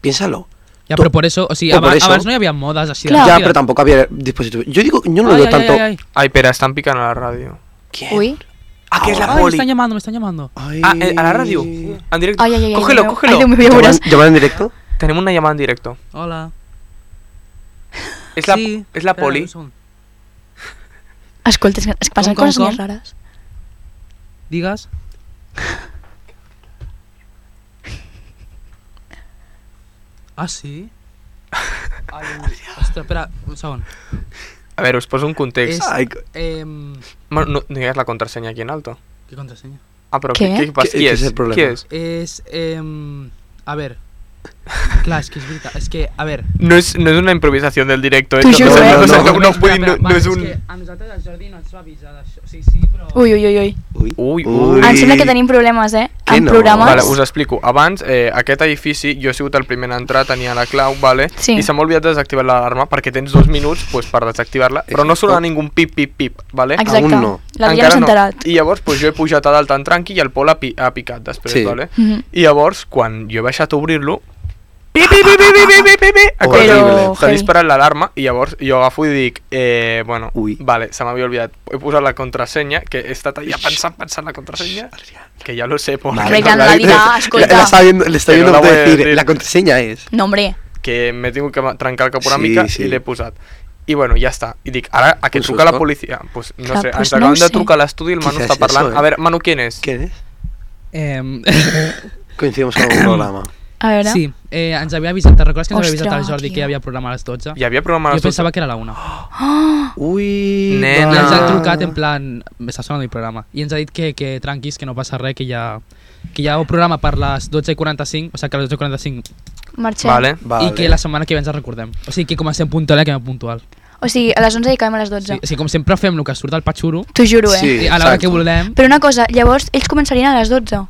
S5: Piénsalo.
S1: Ja,
S5: To-
S1: però per eso, o sigui,
S5: o por
S1: aba-
S5: eso-
S1: abans no hi havia modes així de
S4: Clar.
S5: Ya,
S1: ràpides.
S5: pero tampoco había dispositivos. Yo digo, yo no lo
S1: Ai,
S5: veo
S1: ai,
S5: tanto.
S1: ai, ai.
S2: Ai, Pere, estan picant a la ràdio.
S5: ¿Quién?
S4: Ui,
S2: Ah, que és la
S1: Ai, me
S2: poli.
S1: están llamando, me están llamando.
S5: Ay.
S2: Ah, eh, a la ràdio. En directe.
S4: ai, ai, ai,
S2: cógelo,
S4: ai, Déu meu.
S2: cógelo.
S4: ai, Déu meu, ja ho
S5: ¿Llaman,
S4: veuràs.
S5: llaman en directo?
S2: Tenim una llamada en directe.
S1: Hola.
S2: És la,
S1: sí.
S2: és la
S1: Espera,
S2: poli.
S1: un segon.
S4: Escolta, és que es passen
S1: Com, com,
S4: coses
S1: com?
S4: més rares.
S1: Digues. Ah, sí? Ai, ostres, espera, un segon.
S2: A veure, us poso un context.
S1: És-
S5: Ay,
S1: Em,
S2: Ma- No, no digues la contrasenya aquí en alto.
S1: què contrasenya?
S2: Ah, però
S4: Què?
S2: què, què, passa?
S5: Què-
S2: Qui
S5: què
S2: és?
S5: és el problema?
S2: Qui és?
S1: És... em, a ver... Clar, és que és veritat, és que, a ver...
S2: No és, no és una improvisació del directe, eh?
S4: T'ho juro, eh?
S2: no, no, no, no,
S1: Espera,
S2: no, vull dir,
S1: espera,
S2: no, no
S1: vale,
S2: és un...
S1: que a nosaltres el Jordi no ens va avisar d'això. Sí, sí, però...
S4: Ui, ui, ui, ui.
S5: uy.
S2: Ui,
S5: Ui.
S2: ui.
S4: Em sembla que tenim problemes, eh?
S5: Que
S4: Amb
S5: no.
S4: programes.
S2: Vale, us explico. Abans, eh, aquest edifici, jo he sigut el primer a entrar, tenia la clau, vale?
S4: Sí.
S2: i se m'ha olvidat de desactivar l'alarma perquè tens dos minuts pues, per desactivar-la, però no sona
S5: Exacte.
S2: ningú pip, pip, pip, vale?
S4: Exacte.
S5: Aún no.
S4: L'Adrià no s'ha enterat.
S2: I llavors pues, jo he pujat a dalt tan tranqui i el Pol ha, pi ha picat després,
S5: Sí.
S2: vale?
S4: Mhm.
S2: I llavors, quan jo he baixat a obrir-lo, pi, pi, pi, pi, pi, pi, pi, pi, pi, a
S5: Horrible.
S4: Però,
S2: S'ha
S4: heavy.
S2: disparat l'alarma i llavors jo agafo i dic, eh, bueno,
S5: Ui.
S2: vale, se m'havia oblidat. He posat la contrasenya, que he estat allà pensant, pensant la contrasenya, que ja lo sé, por
S4: Vale. Venga, la vida, escolta.
S5: La- la está viendo- le está
S2: Que no
S5: viendo
S2: la voy a
S5: decir,
S2: decir.
S5: La contraseña es.
S4: No, hombre.
S2: que m'he tingut que ma- trencar el cap una
S5: Sí,
S2: mica
S5: sí.
S2: i l'he posat. I bueno, ja està. I dic, ara a què
S5: Un
S2: truca la
S5: susto.
S2: policia? Pues, no
S4: Clar,
S2: sé,
S4: pues
S2: ens
S4: no ho
S2: acaben de
S4: sé.
S2: trucar a l'estudi, el Manu
S5: Quizás
S2: està
S5: eso,
S2: parlant.
S5: eh?
S2: A veure, Manu, ¿quién és?
S5: ¿Quién es?
S1: Em,
S5: Coincidimos con algún programa.
S4: A veure...
S1: sí, eh, ens havia avisat, te'n recordes que ens havia avisat
S4: Ostres,
S1: el Jordi que
S4: tio.
S1: hi havia programa a les 12?
S2: Hi havia programa a
S1: Jo
S2: les
S1: pensava que era a la 1.
S5: Ah.
S4: Oh,
S5: Ui,
S2: Nena.
S1: Ens
S2: Ah.
S1: han trucat en plan, està sonant el programa, i ens ha dit que, que tranquis, que no passa res, que hi ha, que hi ha un programa per les 12.45, o sigui que a les 12.45,
S4: Marxem.
S2: Vale.
S1: i que la setmana que ve ens el recordem. O sigui que comencem puntual i acabem puntual.
S4: O sigui, a les 11 i acabem a les
S1: Sí,
S4: 12.
S1: o sigui, com sempre fem el que surt del patxuro,
S4: T'ho juro, eh?
S5: Sí.
S1: i a l'hora
S5: exacte.
S1: que volem...
S4: Però una cosa, llavors ells començarien a les 12.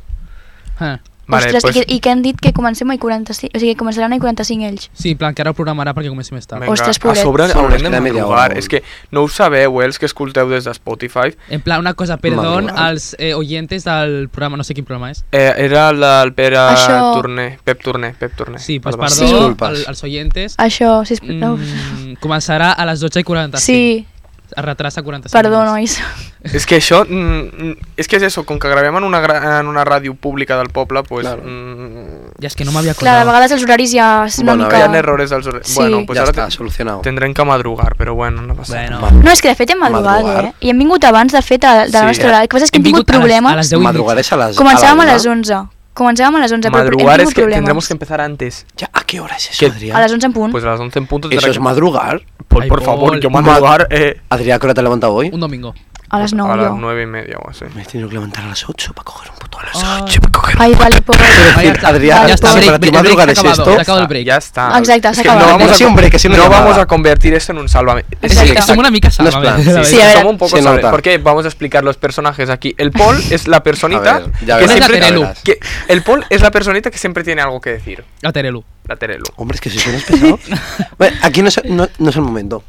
S1: Eh,
S2: Vale,
S4: Ostres,
S2: pues-
S4: i, que, i que han dit que comencem a 45, o sigui, que començaran a 45 ells.
S1: sí, en plan, que ara ho programarà perquè comenci més tard.
S2: Vinga,
S4: Ostres,
S2: a sobre
S5: pobrets.
S2: haurem
S5: Sobre,
S2: de
S5: queda media
S2: madrugar.
S5: hora.
S2: És que no ho sabeu, eh, els que escolteu des de Spotify.
S1: En plan, una cosa, perdón
S5: Madrugal.
S1: als eh, oyentes del programa, no sé quin programa és.
S2: Eh, era el del Pere
S4: Això-
S2: Torner, Pep Torner, Pep
S5: eh?
S2: Torner.
S1: Sí, pues
S2: Perdó.
S1: perdó
S4: Sí.
S5: Disculpes.
S1: al- als oyentes.
S4: Això, sisplau.
S1: Mm, començarà a les 12 i 45.
S4: sí,
S1: Es retrasa 45
S4: perdó,
S1: minuts.
S4: nois.
S2: És que això, mm, mm, és que és eso, com que gravem en una, gra- en una ràdio pública del poble, pues,
S5: Claro.
S2: mm,
S1: Ja és que no m'havia
S4: Clar,
S1: acordat.
S4: de vegades els horaris ja és una
S5: Bueno,
S4: mica...
S2: hi ha errores dels horari.
S4: Sí.
S2: Bueno, pues
S5: ya
S2: ara
S5: está,
S2: te-
S5: solucionado.
S2: tendrem que madrugar, però bueno, no passa
S1: Bueno.
S2: res.
S4: No, és que de fet hem madrugat,
S5: Madrugar.
S4: eh? I hem vingut abans, de fet, a, de
S2: Sí,
S4: la nostra
S2: eh?
S4: hora. El que passa és que
S1: Hem
S4: hem tingut
S1: vingut a les-
S4: problemas.
S1: a les 10 i
S5: Madrugarés a las
S4: Començàvem a,
S5: la
S4: les
S5: una.
S4: 11. Començàvem a les 11, però
S2: Madrugar
S4: Doncs hem
S2: és
S4: tingut
S2: que
S4: problemes.
S2: tendremos que empezar antes.
S5: Ya, ¿A qué hora es eso,
S2: ¿Qué?
S5: Adrián?
S4: A les 11 en punt.
S2: Pues a las 11 en punto
S5: ¿Eso
S2: tendrá
S5: es madrugar?
S2: Paul,
S1: Ay,
S2: por favor,
S1: Paul.
S2: yo madrugar eh,
S5: Adrián, ¿a qué hora te has levantado hoy?
S1: Un domingo.
S4: a les 9,
S2: a las
S4: jo.
S2: 9 y media o así.
S5: Me he tenido que levantar a las 8 para coger un puto a las
S1: Ay.
S5: 8 para coger
S4: Ai, vale, pobre.
S5: Quiero decir,
S1: Ah. está.
S5: Adrián,
S4: Ya está,
S5: si
S4: break,
S5: para ti
S1: break, break,
S5: madrugar
S1: se
S5: es
S1: ha acabado,
S5: esto,
S1: se ha acabado. el break.
S2: Ya está.
S4: Ah, Exacto,
S2: Es
S4: se
S2: que
S4: acaba
S2: no
S4: el
S2: vamos
S5: break.
S2: a,
S5: Sí, un break, es una
S2: no
S5: llamada.
S2: vamos a convertir esto en un sálvame. Es
S4: Exacto.
S2: que-
S1: Som una mica
S5: No és plan,
S1: salvables.
S5: sí.
S4: Sí, a ver.
S2: Somos un poco
S5: Se
S2: salvajes,
S5: nota.
S2: porque vamos a explicar los personajes aquí. El Paul es la personita
S5: A ver, ya
S2: que
S5: verás,
S1: ya
S2: siempre
S1: verás.
S2: que- el Paul es la personita que siempre tiene algo que decir.
S1: A Terelu.
S2: La Terelu.
S5: Hombre, es que sois unos pesados. Bueno, aquí no es, no, no es el momento.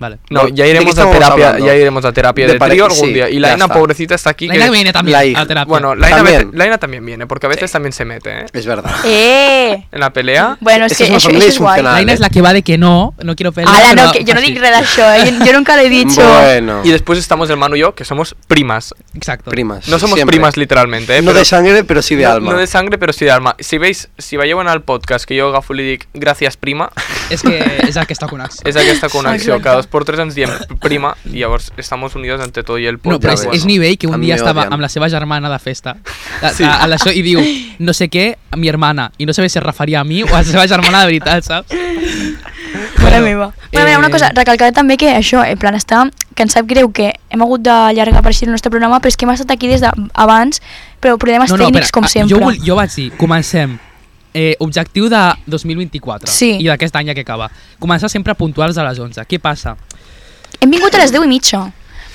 S1: Vale.
S2: No,
S5: No,
S2: ya
S5: ¿de qué
S2: iremos a
S5: estamos
S2: terapia,
S5: hablando?
S2: ya iremos a terapia de,
S5: De pare-
S2: trío algún
S5: sí,
S2: día. Y
S5: ya
S2: Laina,
S5: está.
S2: pobrecita, está aquí.
S1: La Ina
S2: que-
S1: viene también
S5: la hija.
S1: a terapia.
S2: Bueno, Laina,
S5: También.
S2: vete- Laina también viene, porque a veces también se mete, ¿eh?
S5: Es verdad.
S4: Eh!
S2: En la pelea.
S4: Bueno, és
S5: Esta
S4: que
S5: és una
S4: això,
S5: família
S4: això és guai.
S5: disfuncional.
S1: Laina
S5: Vale.
S1: és la que va de que no, no quiero pelear.
S4: Ara,
S1: pero
S4: no, que jo no
S1: así.
S4: dic res d'això, eh? Jo, jo nunca l'he dit.
S5: Bueno,
S2: Y después estamos el Manu y yo, que somos primas.
S1: Exacto.
S5: primas.
S2: No somos
S5: siempre.
S2: primas literalmente, ¿eh?
S5: No
S2: Pero-
S5: de sangre, pero sí de
S2: no-
S5: alma.
S2: no de sangre, pero sí de alma. Si veis, si vayan al podcast que yo agafo y le dic, gracias prima,
S1: És que és el que està con Axe.
S2: és aquesta connexió.
S4: Exacte.
S2: Cada dos por tres ens diem prima i llavors estamos unidos ante todo i el
S1: No,
S2: pot.
S1: però
S5: Ja
S1: és,
S5: ves.
S1: és nivell que
S5: A
S1: un
S5: mi
S1: dia
S5: m'odien.
S1: estava amb la seva germana de festa a, a, a l'això i diu, no sé què, a mi hermana, i no sabia si es referia a mi o a la seva germana de veritat, saps? eh,
S4: Mare meva. Bueno, mira, una cosa, recalcar també que això, en plan, està, que ens sap greu que hem hagut d'allargar per així el nostre programa, però és que hem estat aquí des d'abans, però problemes tècnics, com
S1: ah,
S4: sempre.
S1: Jo, vol, jo vaig dir, comencem. Eh, objectiu de 2024
S4: Sí.
S1: i d'aquest any ja que acaba. Començar sempre puntuals a les 11. Què passa?
S4: Hem vingut a les 10 i mitja,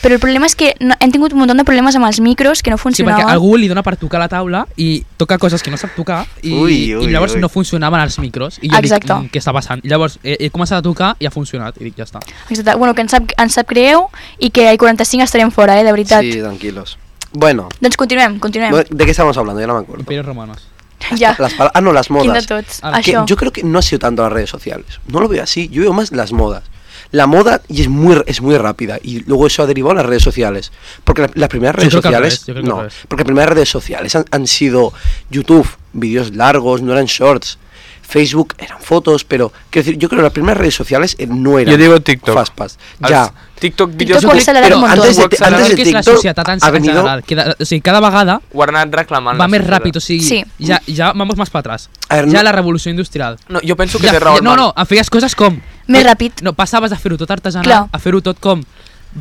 S4: però el problema és que no, hem tingut un munt de problemes amb els micros que no
S1: Sí, perquè
S4: funcionaven.
S1: algú li dona per tocar la taula i toca coses que no sap tocar i,
S5: Ui, ui,
S1: i llavors
S5: ui.
S1: no funcionaven els micros i jo
S4: Exacte.
S1: dic, "Mm, què està passant? I llavors he, he començat a tocar i ha funcionat i dic, ja està.
S4: Exacte, bueno, que ens sap, ens sap greu i que al 45 estarem fora, eh, de veritat.
S5: Sí, tranquilos. Bueno,
S4: Doncs continuem, continuem.
S5: no- ¿de qué estábamos hablando? Ya no me acuerdo.
S1: Imperios romanos.
S4: ja.
S5: Las pala- ah, no, las
S4: Quin de
S5: modas.
S4: tots?
S1: Ah,
S5: Que
S4: això.
S5: yo creo que no ha sido tanto las redes sociales. No lo veo así. Yo veo más las modas. La moda y es muy, es muy rápida y luego eso ha derivado en las redes sociales. Porque la- las primeras
S1: Yo
S5: redes
S1: creo que al
S5: sociales...
S1: revés, yo creo que al
S5: no,
S1: revés.
S5: porque las primeras redes sociales han, han sido YouTube, vídeos largos, no eran shorts. Facebook eran fotos, pero quiero decir, yo creo que las primeras redes sociales eh, no eran...
S2: Yo digo TikTok.
S5: Fastpass. Ya.
S2: TikTok, vídeos...
S4: vídeos- TikTok,
S2: TikTok
S4: se la da un montón.
S5: antes de,
S2: Antes
S5: antes de
S1: Crec que és la
S5: TikTok
S1: societat en,
S5: ha
S1: en
S5: venido
S1: general. Que, de- o sigui, cada vegada
S2: ho ha anat reclamant.
S1: va
S2: la
S1: més
S2: societat.
S1: ràpid, o sigui,
S4: Sí.
S1: ja, ja vamos más para atrás.
S5: A ver,
S1: ja
S5: no-
S1: la revolució industrial.
S2: No, jo penso que
S1: Ja
S2: té raó
S1: feia-
S2: el
S1: no,
S2: Manu.
S1: no, em feies coses com...
S4: Més
S1: no,
S4: ràpid.
S1: No, passaves de fer-ho tot artesanal
S4: Clar.
S1: a fer-ho tot com...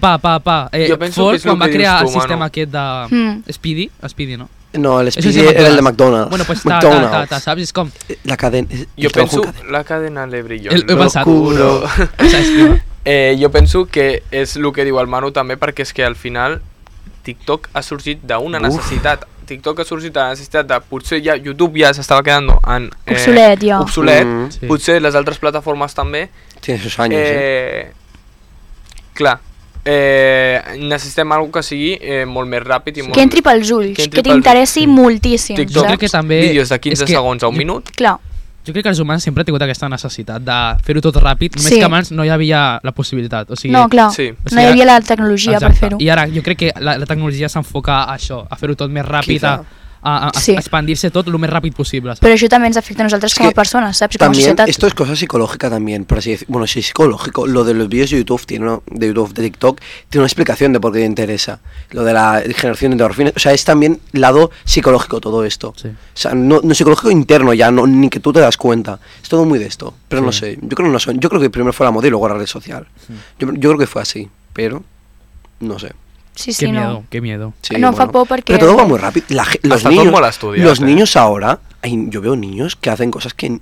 S1: Pa, pa, pa. Eh,
S2: Jo penso que
S1: Ford,
S2: és el
S1: quan va
S2: que dius
S1: crear
S2: tu,
S1: el sistema
S2: Manu.
S1: aquest de...
S4: Mm.
S1: Speedy? Speedy, no?
S5: No, el
S1: Això és
S5: Speedy era el de McDonald's.
S1: Bueno, pues ta, ta,
S5: McDonald's.
S1: ta, ta, saps? És com...
S5: Eh, La cadena. es-
S2: Jo
S5: el trabajo en
S2: penso
S5: cadena.
S2: la cadena de brillo.
S1: El- el pensat.
S5: juro.
S1: Saps? tio?
S2: Eh, jo penso que és el que diu el Manu també perquè és que al final TikTok ha sorgit d'una
S5: Uf.
S2: necessitat. TikTok ha sorgit de la necessitat de potser ja YouTube ja s'estava quedant en... eh,
S4: Obsolet, ja.
S2: Obsolet.
S5: Mm.
S1: Sí.
S2: Potser les altres plataformes també.
S5: Tiene sus años. eh.
S2: Eh, clar, eh, necessitem algo que sigui eh, molt més ràpid i molt
S4: Que entri pels ulls,
S2: Que
S4: que,
S2: entri pels-
S4: t'interessi moltíssim,
S2: TikTok.
S1: Jo
S4: saps?
S1: crec que també...
S2: vídeos de
S1: és
S2: 15
S1: que
S2: segons a un
S1: jo-
S2: minut.
S4: Clar,
S1: Jo crec que els humans sempre han tingut aquesta necessitat de fer-ho tot ràpid, només
S4: Sí.
S1: que abans no hi havia la possibilitat. O sigui,
S4: no, clar,
S2: Sí.
S1: O
S4: no
S1: sigui,
S4: hi havia la
S1: Exacte.
S4: tecnologia per fer-ho.
S1: I ara jo crec que la, la tecnologia s'enfoca a això, a fer-ho tot més ràpid,
S5: Quizá.
S1: a, a, a- a
S4: Sí.
S1: expandir-se tot el més ràpid possible. Saps?
S4: Però això també ens afecta a nosaltres
S5: Es
S4: com a
S5: que
S4: persones, saps? I Com a
S5: También,
S4: societat.
S5: esto es cosa psicológica también, por así decir- Bueno, sí, psicológico. Lo de los vídeos de YouTube, tiene una- de YouTube, de TikTok, tiene una explicación de por qué te interesa. Lo de la generación de endorfinas. O sea, es también lado psicológico todo esto.
S1: Sí.
S5: O sea, no, no psicológico interno ya, no, ni que tú te das cuenta. Es todo muy de esto. Pero no
S1: Sí.
S5: sé, yo creo, que no son, yo creo que primero fue la moda y luego la red social. Yo, yo creo que fue así, pero no sé.
S4: Sí,
S1: que
S4: sí,
S1: miedo,
S4: no.
S1: que miedo.
S5: Sí,
S4: No, fa por porque-
S5: Pero todo va muy rápido. La ge- los
S2: Hasta
S5: niños,
S2: Tom la estudia,
S5: los
S2: eh.
S5: niños ahora, hay- yo veo niños que hacen cosas que... n-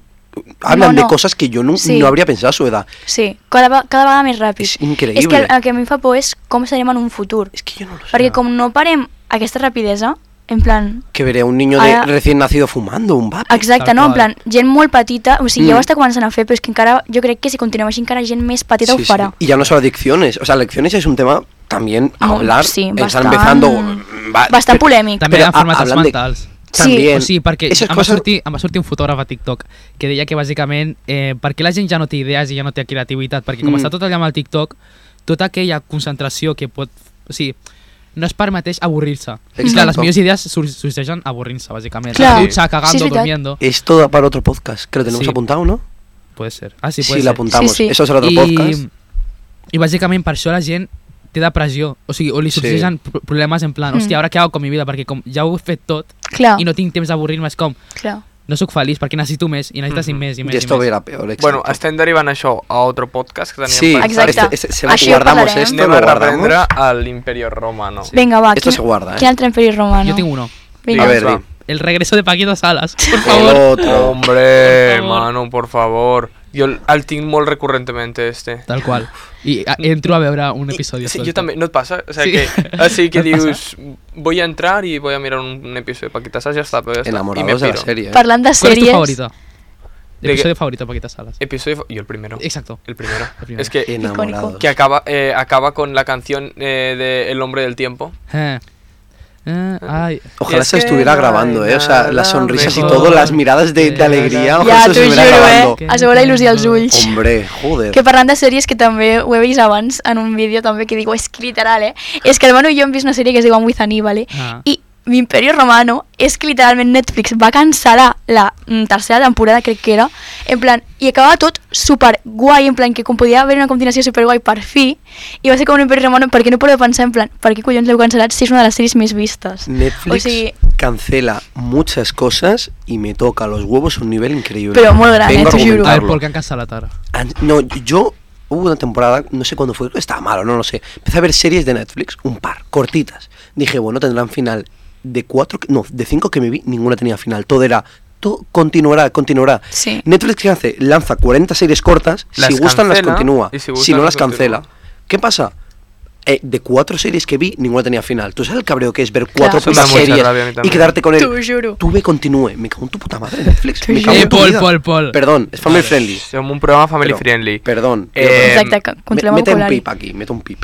S5: Hablan
S4: no.
S5: de cosas que yo no,
S4: Sí.
S5: no habría pensado a su edad.
S4: Sí, cada, ve- cada vegada més ràpid.
S5: És increïble.
S4: És que el, el que a mi em fa por és com serem en un futur.
S5: Es que yo no lo sé.
S4: Perquè com no parem aquesta rapidesa, en plan...
S5: Que veré a un niño
S4: Ahora-
S5: de recién nacido fumando un vape.
S4: Exacte,
S1: Tal
S4: no? En
S1: qual.
S4: plan, gent molt petita, o sigui, ja
S5: Mm.
S4: ho està començant a fer, però és que encara, jo crec que si continuem així encara gent més petita ho
S5: Sí, sí.
S4: farà.
S5: Y ya no solo adicciones. O sea, adicciones es un tema también a
S4: Mo-
S5: hablar.
S4: sí, mm,
S5: Están
S4: bastant-
S5: empezando... va-
S4: Bastant polèmic.
S1: ah, També
S5: Però,
S1: eren
S5: a-
S1: formates
S5: hablando de-
S1: mentals.
S4: Sí.
S5: También.
S1: O sigui, perquè
S5: Esas
S1: em va,
S5: cosas-
S1: sortir, em va sortir un fotògraf a TikTok que deia que bàsicament eh, perquè la gent ja no té idees i ja no té creativitat, perquè com
S5: Mm.
S1: mm. està tot allà amb el TikTok, tota aquella concentració que pot... O sigui, no es permeteix avorrir-se. I clar,
S5: Exacto.
S1: les millors idees sur sorgeixen avorrint-se, bàsicament.
S4: Clar.
S1: A la dutxa,
S4: Sí, és
S1: cagando, sí,
S4: veritat.
S1: durmiendo...
S5: Es todo para otro podcast, que lo tenemos
S1: Sí.
S5: apuntado, ¿no?
S1: Puede ser. Ah, sí,
S5: Sí,
S1: puede
S5: lo
S1: ser.
S5: apuntamos.
S4: Sí, sí.
S5: Eso será otro podcast.
S1: I bàsicament per això la gent té depressió, o sigui, o li
S5: Sí.
S1: sorgeixen pro- problemes en plan,
S4: Mm.
S1: hòstia, ara què hago con mi vida? Perquè com ja ho he fet tot
S4: Clar,
S1: i no tinc temps d'avorrir-me, és com,
S4: clar.
S1: no sóc feliç perquè necessito més i necessites
S2: Mhm.
S1: més i més
S5: Y esto
S1: i més.
S5: verá peor.
S2: Bueno,
S5: exacto.
S2: estem derivant això a otro podcast que teníem
S5: Sí,
S2: pensat.
S4: Exacte.
S5: este- este- se lo
S4: Així ho
S5: guardamos
S4: parlarem.
S5: esto,
S2: Anem
S5: lo
S2: a
S5: guardamos.
S2: reprendre a l'Imperio Romano.
S4: Vinga, va,
S5: Esto se guarda, eh.
S4: quin altre imperi romano?
S1: Yo tengo uno.
S4: Vinga.
S5: A ver,
S2: va.
S5: di.
S1: El regreso de Paquito Salas, por
S2: Oh.
S5: El
S1: favor.
S5: otro.
S2: Hombre,
S1: Por favor.
S2: mano, por favor. Jo el- el tinc molt recurrentemente, este.
S1: Tal qual. I a- entro a veure un episodi.
S2: I, sí,
S1: suelto.
S2: jo també, no et passa? O
S1: Sí.
S2: sigui que, o sigui que
S1: No et
S2: dius, voy a entrar y voy a mirar un, un episodio de Paquita Sass, ja està, però ja està. I me
S5: Enamorados de la
S2: piro.
S5: serie. ¿eh?
S4: Parlant de
S1: ¿Cuál es tu
S4: sèries...
S1: favorita?
S2: De que- Eh,
S1: Episodio favorito de Paquito Salas.
S2: Episodio, fa- yo el primero.
S1: Exacto.
S2: El primero.
S1: El primero.
S2: Es que,
S5: Enamorados.
S2: que acaba, eh, acaba con la canción eh, de El Hombre del Tiempo.
S1: Eh. Eh, ay.
S5: Ojalá
S2: Es
S5: se
S2: que
S5: estuviera
S2: no hay
S5: grabando, ¿eh? O sea,
S2: nada
S5: las sonrisas y
S1: mejor
S5: todo, las miradas de,
S1: que
S5: de alegría,
S1: ganar.
S5: ojalá
S4: Ja,
S5: se
S4: t'ho
S5: estuviera
S4: juro,
S5: grabando.
S4: eh? Es veurà il·lusió als ulls.
S5: Hombre, joder.
S4: Que parlant de sèries, que també ho he vist abans en un vídeo també que digo, és que literal, eh? És que, hermano, jo hem vist una sèrie que es diu I'm with Aníbal, eh?
S1: Ah.
S4: I l'Imperio Romano és que literalment Netflix va cancel·lar la mm, tercera temporada, crec que era, en plan, i acabava tot super guai, en plan, que com podia haver una continuació super guai per fi, i va ser com un Imperio Romano, perquè no podeu pensar, en plan, per què collons l'heu cancel·lat si és una de les sèries més vistes?
S5: Netflix
S4: O sigui,
S5: cancela muchas cosas y me toca los huevos a un nivel increíble.
S4: Pero muy grande,
S5: Vengo a
S4: te juro.
S1: A ver,
S5: argumentarlo.
S1: ¿por qué han casado la tara?
S5: An- No, yo hubo una temporada, no sé cuándo fue, creo que estaba malo, no lo sé. Empecé a ver series de Netflix, un par, cortitas. Dije, bueno, tendrán final. De cuatro, que- no, de cinco que me vi, ninguna tenía final. Todo era, todo continuará, continuará.
S4: Sí.
S5: Netflix, ¿qué hace? Lanza 40 series cortas,
S2: Las
S5: si gustan las
S2: cancela,
S5: continúa,
S2: y si
S5: si,
S2: gustan,
S5: no
S2: las
S5: las cancela.
S2: continúa.
S5: ¿Qué pasa? Eh, de cuatro series que vi, ninguna tenía final. ¿Tú sabes el cabreo que es ver cuatro
S4: Eso
S2: me da
S5: putas
S2: mucha
S5: series
S2: rabia a mí
S5: y
S2: también.
S5: quedarte con él?
S4: T'ho juro.
S5: Tuve continúe. Me cago en tu puta madre, Netflix.
S4: Te
S5: Me cago
S4: juro.
S5: en
S1: Eh,
S5: tu
S1: Paul,
S5: vida.
S1: Paul, Paul.
S5: Perdón, es family friendly.
S2: Som un programa family
S5: Pero-
S2: friendly.
S5: Perdón.
S2: Eh,
S4: Exacte, que
S5: Me-
S4: controlem el
S5: mete un
S4: vocabulari.
S5: pip aquí, mete un pip.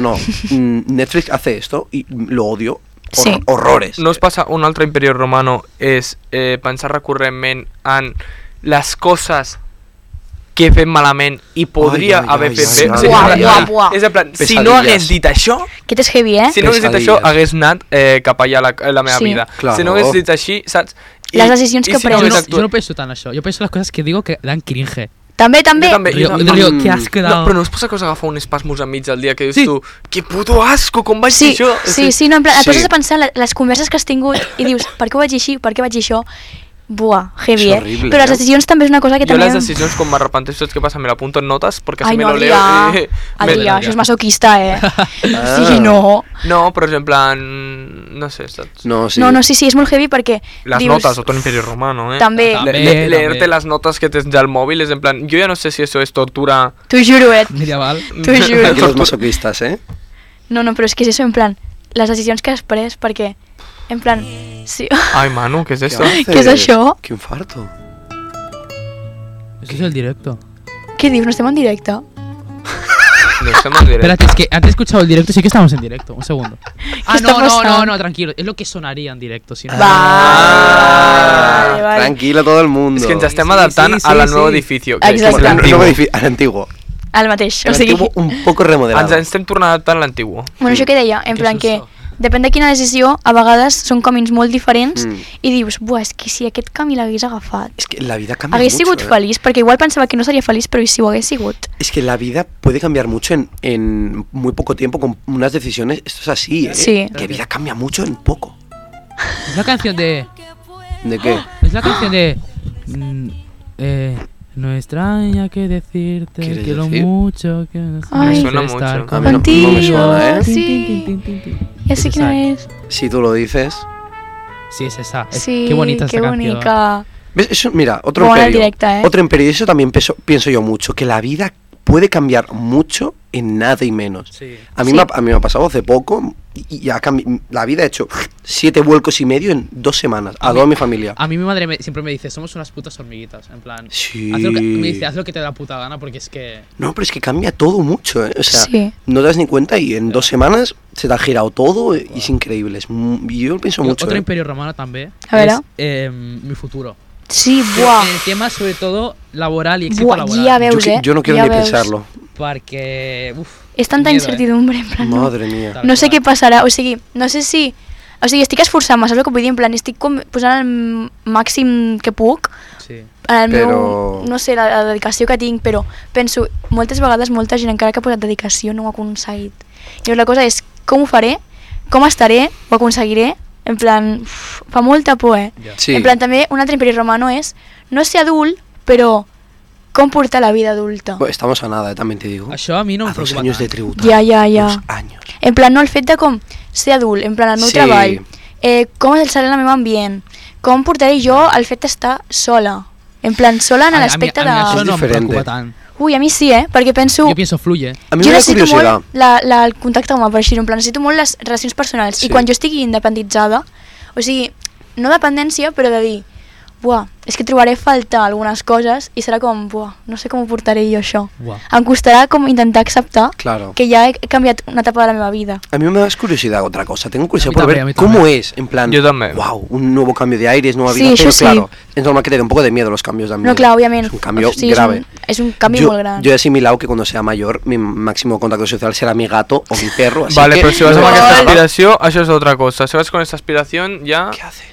S5: no, mm, Netflix hace esto y lo odio. Hor-
S4: Sí.
S5: Horrores.
S2: No us passa un altre imperi romano és eh, pensar recurrentment en les coses que fem malament i podria
S5: ai,
S2: haver
S5: ai,
S2: fet
S5: ai,
S2: bé.
S5: ai,
S2: O sigui,
S4: ai,
S2: és en plan-
S4: ai, ai.
S2: És en plan, si
S5: Pesadillas.
S2: no hagués dit això,
S4: Aquest és heavy, eh?
S2: si no hagués dit això,
S5: Pesadillas.
S2: hagués anat eh, cap allà la, la meva
S4: Sí.
S2: vida.
S5: Claro.
S2: Si no hagués dit així, saps?
S4: Les decisions que
S1: Yo
S4: Pero
S1: no,
S2: hagués
S4: es-
S1: yo no
S2: actuat-
S1: pienso tan eso. Yo pienso las cosas que digo que dan cringe.
S4: També, també.
S2: Jo també.
S1: Río,
S2: no-
S1: río,
S5: mm.
S1: ¿qué has
S2: No,
S1: quedado?
S2: però no us passa que us agafa un espasmus enmig del dia que dius
S1: Sí.
S2: tu que puto asco, com vaig
S4: Sí,
S2: dir això?
S4: sí, sí, no, en plan, et
S5: Sí.
S4: poses a pensar la- les converses que has tingut i dius, per què ho vaig dir així, per què vaig dir això? Buah, heavy,
S5: És
S4: eh?
S5: horrible,
S4: Però les
S5: eh?
S4: decisions també és una cosa que
S2: Jo
S4: també...
S2: les decisions, quan m'arrepenteixo, saps què passa? Me l'apunto en notes, perquè
S4: Ai,
S2: si me
S4: no,
S2: lo leo...
S4: Adrià,
S2: eh, me-
S4: Adrià, això és masoquista, eh?
S5: Ah.
S4: Sí, no.
S2: No, però és en plan... No sé, saps?
S5: No, sí.
S4: No, no, sí, sí, és molt heavy perquè
S2: Les
S4: dius...
S2: notes, otro imperio romano, eh?
S4: També,
S1: Ah,
S2: Le-
S1: També,
S2: le-
S1: també.
S2: leerte las notas que tens al móvil és en plan... Jo ja no sé si eso es tortura...
S4: t'ho juro, eh?
S1: Medieval.
S4: T'ho juro.
S5: Aquí los masoquistas, ¿eh?
S4: No, no, però és que és això, en plan, les decisions que has pres, perquè, en plan, sí...
S2: Ai, Manu, què és
S5: ¿Qué
S2: esto?
S5: haces?
S4: ¿Qué es eso?
S5: ¡Qué infarto!
S1: Eso es el directo.
S4: Què dius, no estem en directe?
S2: No estem en directe.
S1: Espérate, es que antes he escuchado el directo, sí que estamos en directo. Un segundo. Ah,
S4: está
S1: no, no,
S4: pasando?
S1: no, no, tranquilo. Es lo que sonaría en directo. Si no.
S4: Va, vale, vale.
S5: Ah, Tranquilo todo el mundo.
S2: És que ens estem
S1: Sí, sí,
S2: adaptant
S1: sí,
S2: a la
S1: sí,
S2: nuevo
S1: sí.
S2: edificio.
S4: Exacte.
S5: Bueno,
S2: Que,
S5: no-
S2: que és
S5: no me
S2: l'antigu.
S5: difi- al antiguo.
S4: El mateix, o
S5: El
S4: sigui...
S5: antiguo un poco remodelado.
S2: Ens estem tornant adaptant a l'antigu.
S4: Bueno, això que deia, en
S1: Qué
S4: plan que
S1: susto.
S4: depèn de quina decisió, a vegades són camins molt diferents
S5: Mm.
S4: i dius, buah, és que si aquest camí l'hagués agafat,
S5: Es que la vida cambia
S4: hagués
S5: mucho,
S4: sigut
S5: ¿eh?
S4: feliç, perquè igual pensava que no seria feliç, però i si ho hagués sigut?
S5: Es que la vida puede cambiar mucho en, en muy poco tiempo con unas decisiones. Esto es así, ¿eh?
S4: Sí.
S5: Que vida cambia mucho en poco.
S1: Es la canción de.
S5: ¿De qué?
S1: Es la canción de. mm, eh, no extraña que decirte,
S5: ¿Quieres
S1: quiero
S5: decir?
S1: mucho que no
S4: Ay. Me
S2: suena mucho.
S5: A mí no- no me suena, ¿eh?
S4: Contigo, sí. Ja sé
S1: Esa
S4: quina
S1: sabe.
S4: és.
S5: Si tú lo dices.
S1: Sí, es esa. Es-
S4: Sí,
S1: qué bonita esta
S4: qué
S1: canción.
S4: bonica.
S5: ¿Ves? Eso, mira, otro
S4: Buena
S5: imperio.
S4: directa, ¿eh?
S5: Otro imperio. Y eso también peso- pienso yo mucho. Que la vida puede cambiar mucho en nada y menos.
S1: Sí.
S5: A mí,
S4: Sí.
S5: me, ha, a mí me ha pasado hace poco y, y ha cambi- la vida ha hecho siete vuelcos y medio en dos semanas. A toda mi familia.
S1: A mí mi madre me- siempre me dice, somos unas putas hormiguitas. En plan,
S5: Sí.
S1: haz lo que, me dice, haz lo que te da la puta gana porque es que...
S5: No, pero es que cambia todo mucho, ¿eh? O sea,
S4: Sí.
S5: no te das ni cuenta y en dos semanas se te ha girado todo eh, y es increíble. Es mu- y yo lo pienso mucho.
S1: Otro
S5: ¿eh?
S1: imperio romano también.
S4: A ver,
S1: es,
S4: ¿no?
S1: eh, mi futuro.
S4: Sí,
S1: Pero
S4: buah.
S1: En el tema, sobre todo, laboral y éxito
S4: Buah,
S1: laboral.
S4: ja
S5: Yo
S4: veus,
S5: que-
S4: eh?
S5: yo, no quiero
S4: ja
S5: ni
S4: veus.
S5: pensarlo.
S1: Porque... Uf,
S4: És tanta
S1: miedo, eh.
S4: incertidumbre, en plan, no,
S5: Madre mía.
S1: Tal
S4: no sé
S1: qual.
S4: què passarà, o sigui, no sé si... O sigui, estic esforçant-me, saps el que vull dir? En plan, estic com posant el màxim que puc
S1: Sí.
S4: en el
S5: Però-
S4: meu, no sé, la, la dedicació que tinc, però penso, moltes vegades molta gent encara que ha posat dedicació no ho ha aconseguit. Llavors la cosa és, com ho faré? Com estaré? Ho aconseguiré? En plan, uf, fa molta por, eh?
S1: Ja.
S5: Sí.
S4: En plan, també un altre imperi romano és no ser adult, però com portar la vida adulta.
S5: Bueno, estamos a nada, eh, también te digo.
S1: Això a mi no
S5: a
S1: em
S5: dos
S1: preocupa
S5: años de
S1: tant.
S5: tributar.
S4: Ja, ja, ja.
S5: Dos años.
S4: En plan, no el fet de com ser adult, en plan, el meu
S5: Sí.
S4: sí. treball, eh, com serà el meu ambient, com portaré jo el fet d'estar sola. En plan, sola en
S1: A mi- a mi-
S4: l'aspecte
S1: a mi
S4: de...
S1: això no em
S5: Diferente.
S1: preocupa tant.
S4: Ui, a mi sí, eh? Perquè penso...
S1: Jo pienso fluye.
S5: A mí
S4: jo
S5: me da
S4: necessito
S5: curiosidad.
S4: molt la, la, el contacte humà, per així en plan, necessito molt les relacions personals.
S5: Sí.
S4: I quan jo estigui independitzada, o sigui, no dependència, però de dir, buah, és que trobaré falta algunes coses i serà com, buah, no sé com ho portaré jo això.
S1: Buah.
S4: Em costarà com intentar acceptar
S5: Claro.
S4: que ja he canviat una etapa de la meva vida.
S5: A mí me da curiosidad otra cosa. Tengo curiosidad
S1: mí
S5: por
S1: también, a mí
S5: ver cómo
S1: también.
S5: es. En plan,
S2: Yo también.
S5: wow, un nuevo cambio de aires, nueva
S4: Sí,
S5: vida.
S4: eso
S5: Pero
S4: sí.
S5: claro, es normal que te dé un poco de miedo los cambios también.
S4: No, clar, òbviament.
S5: Es un cambio
S4: O sigui,
S5: grave.
S4: És un, és un canvi
S5: yo,
S4: molt gran.
S5: yo he asimilado que cuando sea mayor, mi máximo contacto social será mi gato o mi perro. Así
S2: Vale,
S5: que
S2: però si vas
S5: no
S2: amb
S5: me
S2: aquesta
S5: quedava-
S2: aspiració, això és otra cosa. Si vas con esta aspiración, ya...
S5: ¿Qué hace?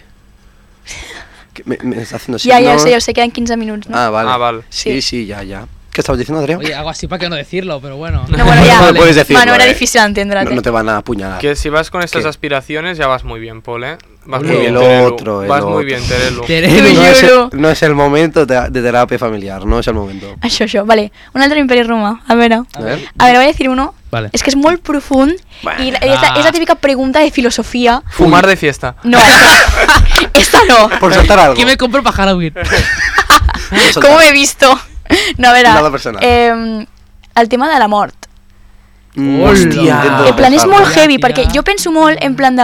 S5: Que me, me está haciendo
S4: Ja, ja ho
S5: signos.
S4: sé, ja ho sé, queden 15 minuts, no?
S5: Ah, vale.
S2: Ah, vale.
S5: Sí, sí,
S4: Sí.
S5: ya, ya. ¿Qué estabas diciendo, Adrián?
S1: Oye, hago así para que no decirlo, pero bueno.
S4: No, bueno,
S5: No
S4: ja.
S5: lo puedes decirlo,
S4: bueno, era
S5: eh.
S4: difícil
S5: No,
S4: entendre-te.
S5: no te van a apuñalar.
S2: Que si vas con estas
S5: ¿Qué?
S2: aspiraciones, ya vas muy bien, Paul, ¿eh? Vas
S5: El
S2: muy bien,
S5: otro, el
S2: Terelu. Vas
S5: otro.
S2: muy bien, Terelu.
S1: Terelu.
S5: no, es
S4: juro.
S5: el, no es el momento de, de terapia familiar, no es el momento.
S4: Això, això. Vale, un altre imperi romà. A veure.
S5: A ver.
S4: A veure, voy a decir uno.
S1: Vale.
S4: Es que es muy profundo y la- es, la,
S1: va.
S4: es la típica pregunta de filosofía.
S2: Fumar de fiesta.
S4: No, esta, esta no.
S5: Por soltar algo.
S1: ¿Qué me compro para Halloween?
S5: por soltar.
S4: ¿Cómo me he visto? No, a ver,
S5: Nada personal.
S4: eh, el tema de la mort.
S5: Mm,
S1: Hola.
S5: intento
S1: Ah,
S4: en plan, és
S5: dejarlo.
S4: molt
S1: ja,
S4: heavy,
S1: ja.
S4: perquè jo penso molt en plan de...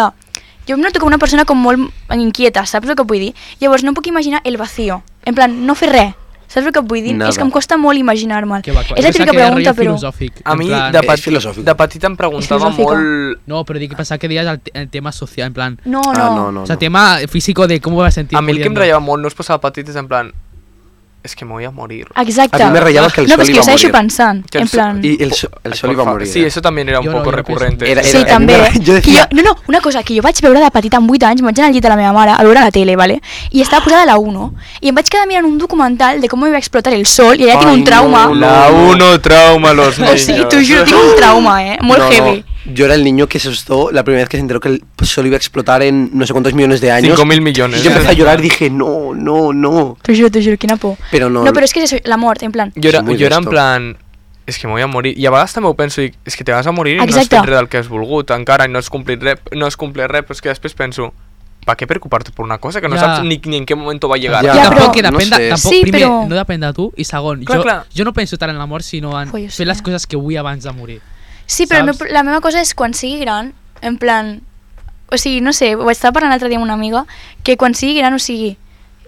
S4: Jo em noto com una persona com molt inquieta, saps el que vull dir? Llavors no em puc imaginar el vacío. En plan, no fer res. Saps el que vull dir?
S5: Nada.
S4: És que em costa molt imaginar-me'l.
S1: Que va, que va.
S4: És la
S1: Jo pensava
S4: típica
S1: que era
S4: pregunta,
S1: rotllo
S4: però...
S1: filosòfic,
S2: A
S1: en
S2: mi,
S1: plan-
S2: de,
S5: És
S2: pati,
S5: filosòfica.
S2: de petit em preguntava
S4: És filosòfica.
S2: molt...
S1: No, pero di que pensaba que digas el, te- el tema social, en plan...
S4: No, no.
S5: Ah, no, no.
S1: o sea, tema físico de cómo vas a sentir.
S2: A mi el que em
S1: muriendo.
S2: rayava molt no es posava petit, és en plan... És que me voy a morir.
S4: Exacto.
S5: A mí me rayaba que el
S4: no,
S5: sol
S4: pues que yo
S5: iba a
S4: segueixo
S5: morir.
S4: pensant,
S2: Que el
S4: en
S2: sol-
S4: plan...
S5: Y el, so- el sol iba a
S2: Por fa-
S5: morir. ¿eh?
S2: Sí, eso también era un
S1: Yo no,
S2: poco
S1: yo no
S2: recurrente.
S1: pienso
S5: Era-
S4: sí,
S5: a mí me
S4: també.
S5: ra- yo decía-
S4: que jo, no, no, una cosa, que jo vaig veure de petita amb 8 anys, me'n vaig anar al llit de la meva mare a veure la tele, vale? i estava posada a la 1, i em vaig quedar mirant un documental de com va explotar el sol, i allà tinc
S5: Ai,
S4: un trauma.
S5: no,
S2: La uno trauma los
S4: O
S2: niños.
S4: sigui, t'ho juro, tinc un trauma, eh? Molt
S5: No, no.
S4: heavy.
S5: Yo era el niño que se asustó la primera vez que se enteró que el sol iba a explotar en no sé cuántos millones de años.
S2: 5.000 millones. ¿eh?
S5: Y yo empecé a llorar y dije, no, no, no.
S4: T'ho juro, t'ho juro, quina por.
S5: Però no-
S4: no, però és que és això, la mort, en plan...
S2: Jo era,
S5: És molt
S2: jo era en
S5: distòpic.
S2: plan... És que me voy a morir. I a vegades també ho penso, dic, és que te vas a morir i
S4: Exacte.
S2: no has fet res del que has volgut encara i no has complit res, no has complit res, però és que després penso, pa què preocupar-te per una cosa que no
S1: Ja.
S2: saps ni, ni en què moment va llegar?
S5: Ja,
S1: I
S4: Ja,
S1: tampoc
S4: però-
S1: que depèn
S5: no
S1: de,
S5: sé.
S1: tampoc,
S4: Sí,
S1: primer,
S4: però-
S1: no depèn de tu, i segon,
S2: Clar,
S1: jo,
S2: clar.
S1: jo no penso tant en l'amor, sinó en
S4: Ui, jo
S1: fer
S4: sé.
S1: les coses que vull abans de morir.
S4: Sí, però el meu,
S1: Saps?
S4: la meva cosa és quan sigui gran, en plan... O sigui, no sé, ho estava parlant l'altre dia amb una amiga, que quan sigui gran, o sigui,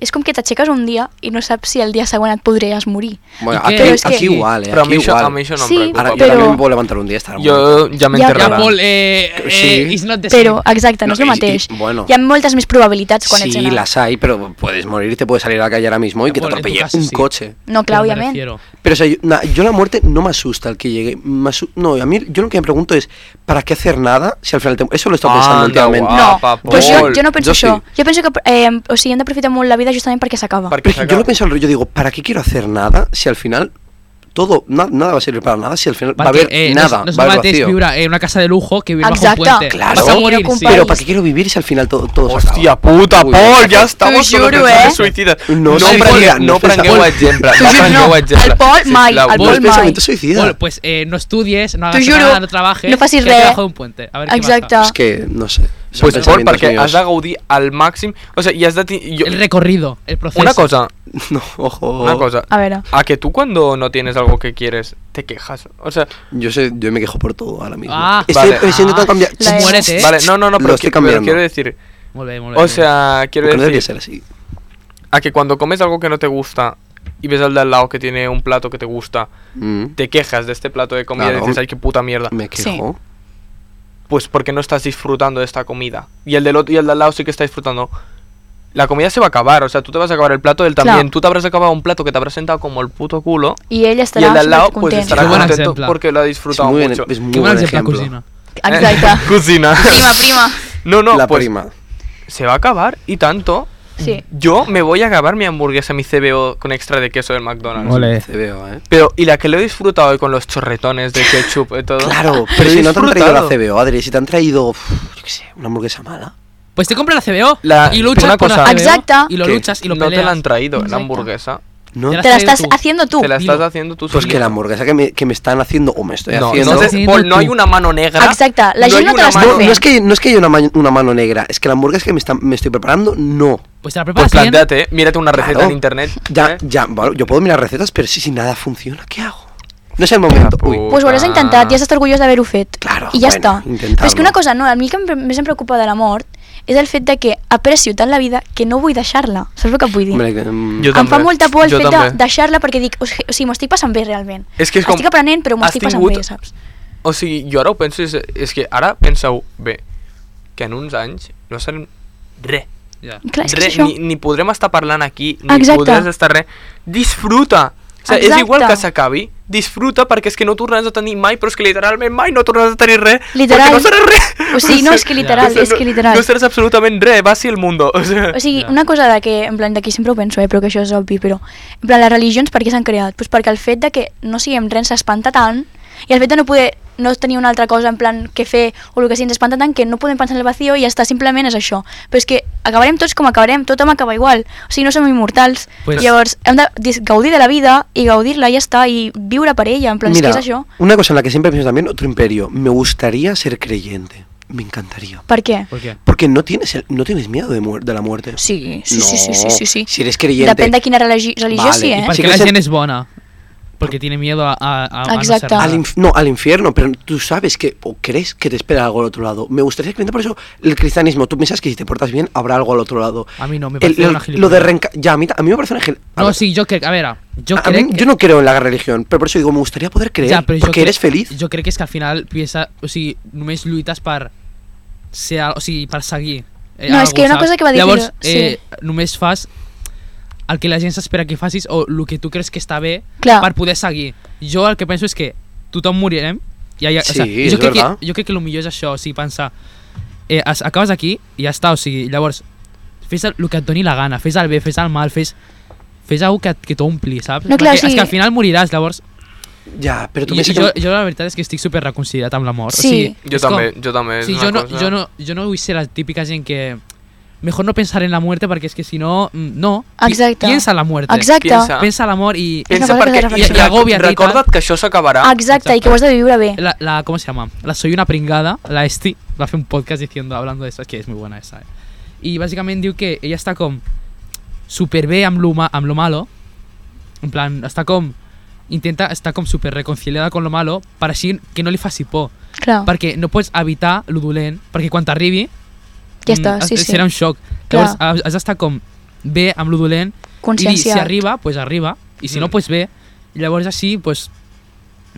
S4: és com que t'aixeques un dia i no saps si el dia següent et podries morir.
S5: Bueno,
S1: ¿Y
S5: aquí,
S1: qué?
S4: Pero es que-
S5: aquí igual, eh,
S2: Però a
S5: aquí
S2: mi, això,
S5: igual.
S2: a mi això no
S4: Sí,
S2: em
S5: Ahora
S2: preocupa.
S5: yo
S4: Pero-
S5: también me puedo levantar un día y estar
S2: Jo
S5: muerto.
S2: ja
S4: Ja,
S1: Ja,
S4: Clar.
S2: m'enterrarà.
S1: Pol, eh, eh,
S5: Sí.
S1: it's not the same.
S4: Però, exacte, no,
S5: No,
S4: és el
S5: i-
S4: mateix.
S5: i- bueno.
S4: Hi ha moltes més probabilitats quan ets
S5: Sí,
S4: gran.
S5: las hay, pero puedes morir, te puedes salir a la calle ahora mismo y que te
S1: Bueno, en tu
S5: atropelle
S1: caso
S5: un
S1: sí.
S5: coche.
S4: No, clar,
S1: Pero me
S4: òbviament.
S1: refiero.
S5: Pero o sea, yo, na- yo la muerte no me asusta el que llegue. me asu- no, a mí yo lo que me pregunto es, ¿para qué hacer nada si al final te- Eso lo he estado pensando
S2: Anda,
S5: últimament.
S2: guau.
S4: No,
S2: Apa,
S4: pues jo,
S5: Pol,
S4: jo no penso
S5: Ah, jo
S4: això.
S5: sí.
S4: Jo penso que eh, o sigui, hem d'aprofitar molt la vida justament perquè s'acaba.
S2: Perquè
S5: Pero es que yo
S2: s'acaba.
S5: lo pienso, al revés, yo digo, ¿para qué quiero hacer nada si al final todo, na- nada va a servir para nada si al final va a haber
S1: eh, no es-
S5: nada,
S1: No es
S5: va a
S1: el
S5: haber
S1: mateix
S5: vacío?
S1: viure en una casa de lujo que vivir bajo un
S4: Exacto,
S1: puente.
S4: claro.
S1: Vas a
S4: Sí,
S1: morir,
S4: era un
S1: sí.
S4: país.
S5: Pero ¿para qué quiero vivir si al final todo, todo se acaba?
S2: Hòstia puta,
S5: Ui.
S2: Pol, ja estàvem
S4: T'ho juro,
S2: pensaments
S4: eh?
S2: suïcides.
S5: No,
S2: No,
S5: sí, Pol,
S2: prengueu,
S5: no
S2: no prengueu
S5: pensa-
S2: exemple,
S4: T'ho
S2: no
S4: juro,
S2: prengueu
S4: no.
S2: exemple.
S4: El Pol mai,
S2: Sisplau.
S4: el
S5: Vos
S4: Pol-
S5: pensamiento
S4: Mai.
S5: suicida.
S1: Bueno, pues eh, no estudies, no hagas
S4: T'ho juro,
S1: nada, no trabajes.
S4: no facis
S1: quédate
S4: res.
S1: bajo un puente. A ver qué
S4: Exacte.
S5: Es que, no sé. son
S2: Pues Pol,
S5: pensamientos
S2: perquè
S5: míos.
S2: has de gaudir al màxim... O sigui, i has de... ti-
S1: pasa.
S2: Jo,
S1: El recorrido, el proceso.
S2: una cosa,
S5: No, ojo.
S2: una cosa.
S4: A veure.
S2: A que tú cuando no tienes algo que quieres, te quejas. O sea,
S5: Yo, sé, yo me quejo por todo ahora mismo.
S1: Ah,
S5: estoy,
S2: vale.
S5: estoy intentando
S1: Ah,
S5: cambiar.
S4: la-
S1: Muérete, ¿Eh?
S2: vale, no, no, no,
S5: Lo
S2: pero,
S5: estoy
S2: qui- pero
S5: cambiando.
S2: quiero decir,
S1: Muy bien, muy bien,
S2: o
S1: muy
S2: sea, quiero
S5: Porque no debería
S2: decir,
S5: ser así.
S2: a que cuando comes algo que no te gusta y ves al de al lado que tiene un plato que te gusta,
S5: Mm.
S2: te quejas de este plato de comida y
S5: Claro.
S2: dices, ay, qué puta mierda.
S5: Me
S4: Sí.
S5: quejo.
S2: Pues porque no estás disfrutando de esta comida. Y el del otro y el de al lado sí que está disfrutando. La comida se va a acabar, o sea, tú te vas a acabar el plato del también.
S4: Claro.
S2: Tú te habrás acabado un plato que te habrás sentado como el puto culo.
S4: I ell
S2: Y
S4: estarà
S2: el de al lado, pues
S4: supercontent.
S2: estará
S1: Qué buen
S2: contento
S1: ejemplo.
S2: porque lo ha
S5: Es
S2: disfrutado
S5: muy buen,
S2: mucho.
S5: es muy
S1: bien. Qué
S5: buen
S1: mal ejemplo,
S5: ejemplo.
S1: cocina.
S4: Exacte.
S2: Cocina.
S4: prima, prima.
S2: No, no,
S5: La
S2: pues
S5: prima.
S2: se va a acabar y tanto.
S4: Sí.
S2: Yo me voy a acabar mi hamburguesa, mi CBO con extra de queso del McDonald's.
S1: Ole.
S5: Te veo, ¿eh?
S2: Pero, y la que lo he disfrutado hoy con los chorretones de ketchup y todo.
S5: Claro,
S2: Lo
S5: pero
S2: he
S5: si no te han traído la
S2: disfrutado.
S5: CBO, Adri, si te han traído, uf, yo qué sé, una hamburguesa mala.
S1: bien. Pues te compras la CBO
S2: La-
S1: y luchas
S2: una
S1: por la
S2: cosa.
S1: CBO
S4: Exacto.
S1: y lo
S5: ¿Qué?
S1: luchas y lo
S2: no te
S1: peleas.
S2: la han traído, la
S4: Exacto.
S2: hamburguesa.
S5: No,
S1: Te la-
S4: Te la estás
S1: tú.
S4: haciendo tu.
S2: Te la
S1: dilo.
S2: estás haciendo tú
S5: pues que
S2: solito.
S5: la hamburguesa que me, que me están haciendo o me estoy
S2: No,
S5: haciendo.
S2: no, te-
S1: Sí,
S2: Paul,
S1: no
S2: no hay
S1: tú.
S2: una mano negra.
S4: Exacto, la
S2: no
S4: gente
S2: hay
S4: no te
S2: una
S4: la está
S2: mano-
S5: No, no es que, no es que haya una, ma- una mano negra, es que la hamburguesa que me, están- me estoy preparando, no.
S1: Pues te la
S2: Pues
S1: preparas bien.
S2: planteate, eh, mírate una receta
S5: Claro.
S2: en internet.
S5: Ya,
S2: ¿eh?
S5: ya, bueno, yo puedo mirar recetas, pero si, si nada funciona, ¿qué hago? No es el momento. Uy,
S2: Pues
S4: Pues ho hauràs intentat, ja has estat orgullós d'haver-ho fet.
S5: Claro,
S4: I ja
S5: bueno,
S4: està.
S5: intentar-ho.
S4: Però és que una cosa, no, a mi el que em- més em preocupa de la mort és el fet de que aprecio tant la vida que no vull deixar-la. Saps el que et vull dir?
S5: hombre, que, mm,
S2: Jo-
S4: em fa
S2: també,
S4: molta por el
S2: jo
S4: fet de
S2: també.
S4: deixar-la perquè dic, o sigui, o sigui m'ho estic passant bé realment.
S2: És que és com-
S4: estic aprenent, però m'ho
S2: has
S4: estic passant
S2: tingut-
S4: bé, saps?
S2: O sigui, jo ara ho penso, és, és que ara penseu, bé, que en uns anys no serem res.
S1: Ya.
S4: Clar, és que
S2: Re,
S4: és això.
S2: ni, ni podrem estar parlant aquí, ni
S4: Exacte.
S2: podràs estar res. Disfruta! O sigui, és
S4: Exacte.
S2: igual que s'acabi, disfruta perquè és que no tornaràs a tenir mai, però és que literalment mai no tornaràs a tenir res.
S4: Literal.
S2: Perquè no serà res.
S4: O sigui, no, és que literal,
S2: sigui,
S4: és que literal.
S2: No, no seràs absolutament res, va ser el mundo. O sigui,
S4: O sigui,
S1: Ja.
S4: una cosa de que, en plan, d'aquí sempre ho penso, eh, però que això és obvi, però... En plan, les religions per què s'han creat? Pues perquè el fet de que no siguem res s'espanta tant i el fet de no poder no tenir una altra cosa en plan que fer o el que sigui ens espanta tant que no podem pensar en el vacío i ja està, simplement és això. Però és que acabarem tots com acabarem, tothom acaba igual. O sigui, no som immortals.
S1: Pues-
S4: Pues... Llavors, hem de dis- gaudir de la vida i gaudir-la, ja està, i viure per ella, en plan,
S5: Mira,
S4: és que és això.
S5: una cosa en la que siempre pienso también, otro imperio. Me gustaría ser creyente. Me encantaría.
S4: Per què?
S1: ¿Por qué?
S5: Porque no tienes, el- no tienes miedo de, muer- de la muerte.
S4: Sí, sí,
S5: No,
S4: sí, sí, sí, sí, sí.
S5: si eres creyente.
S4: Depèn de quina religi religió
S5: Vale,
S4: sí,
S5: i
S4: eh?
S5: per
S1: Porque
S5: Sí que
S1: la
S5: es el-
S1: gente es buena. Porque tiene miedo a, a, a- a no ser
S4: Exacto.
S1: nada.
S5: Al inf- no, al infierno, pero tú sabes que, o crees que te espera algo al otro lado. Me gustaría que por eso el cristianismo, tú piensas que si te portas bien habrá algo al otro lado.
S1: A mí no, Ah, me
S5: El-
S1: parece
S5: el-
S1: una
S5: Lo
S1: gilipollas.
S5: de reenca- ya, a mí, ta- a mí me parece una gil- a
S1: No,
S5: ver,
S1: sí, yo creo... A ver, a- yo
S5: a
S1: creo
S5: mí-
S1: que...
S5: yo no creo en la religión, pero por eso digo, me gustaría poder creer,
S1: Ja, però jo
S5: porque
S1: cre-
S5: eres feliz.
S1: Jo crec que és que al final piensa, o sigui, només lluites per ser, al- o sigui, per seguir. Eh,
S4: No, és
S1: algo,
S4: que hi ha una
S1: saps?
S4: cosa que va dir
S1: Llavors,
S4: Filo, sí.
S1: eh, només fas el que la gent s'espera que facis o el que tu creus que està bé
S4: Clar.
S1: per poder seguir. Jo el que penso és que tothom morirem eh? i ja, ja,
S5: Sí,
S1: o sigui,
S5: és
S1: jo, crec
S5: verdad.
S1: que, jo crec que el millor és això, o sigui, pensar eh, es, acabes aquí i ja està, o sigui, llavors fes el, el que et doni la gana, fes el bé, fes el mal, fes, fes alguna que, et- que t'ompli, saps?
S4: No, clar,
S1: Perquè
S4: o sigui-
S1: és que al final moriràs, llavors
S5: Ya, pero tú
S1: jo,
S5: piensas
S1: jo,
S5: que...
S1: jo la veritat és que estic super reconciliat amb la mort.
S4: Sí.
S1: O sigui,
S2: jo
S1: és
S2: també,
S1: Com,
S2: jo també. és
S1: sí,
S2: una
S1: jo, no,
S2: cosa-
S1: jo, no, jo no vull ser la típica gent que... Mejor no pensar en la muerte perquè és que si no... mm, No, pi-
S4: Exacte.
S1: piensa en la muerte.
S4: Exacte.
S2: Piensa.
S1: Pensa en l'amor i...
S4: És una
S2: Pensa
S4: cosa que
S2: perquè...
S4: has de
S2: I,
S4: reflexionar.
S2: i agobia,
S1: Recorda't
S2: recorda't que això s'acabarà.
S4: Exacte, i que ho has de viure bé.
S1: La, la, ¿Cómo se llama? La Soy una pringada, la Esti, va a hacer un podcast diciendo, hablando de eso, es que es muy buena esa. eh. Y básicamente digo que ella está con super bé amb lo, ma- amb lo malo, en plan, està com intenta estar com super reconciliada con lo malo per així que no li faci por
S4: Clar,
S1: perquè no pots evitar lo dolent, perquè quan t'arribi
S4: ja està,
S1: mm,
S4: sí,
S1: es-
S4: sí.
S1: serà un xoc.
S4: Clar.
S1: Llavors has, has d'estar com bé amb lo dolent i dir, si
S4: conscienciat.
S1: arriba, pues arriba, i si no,
S2: Mm.
S1: pues bé. Llavors així, pues,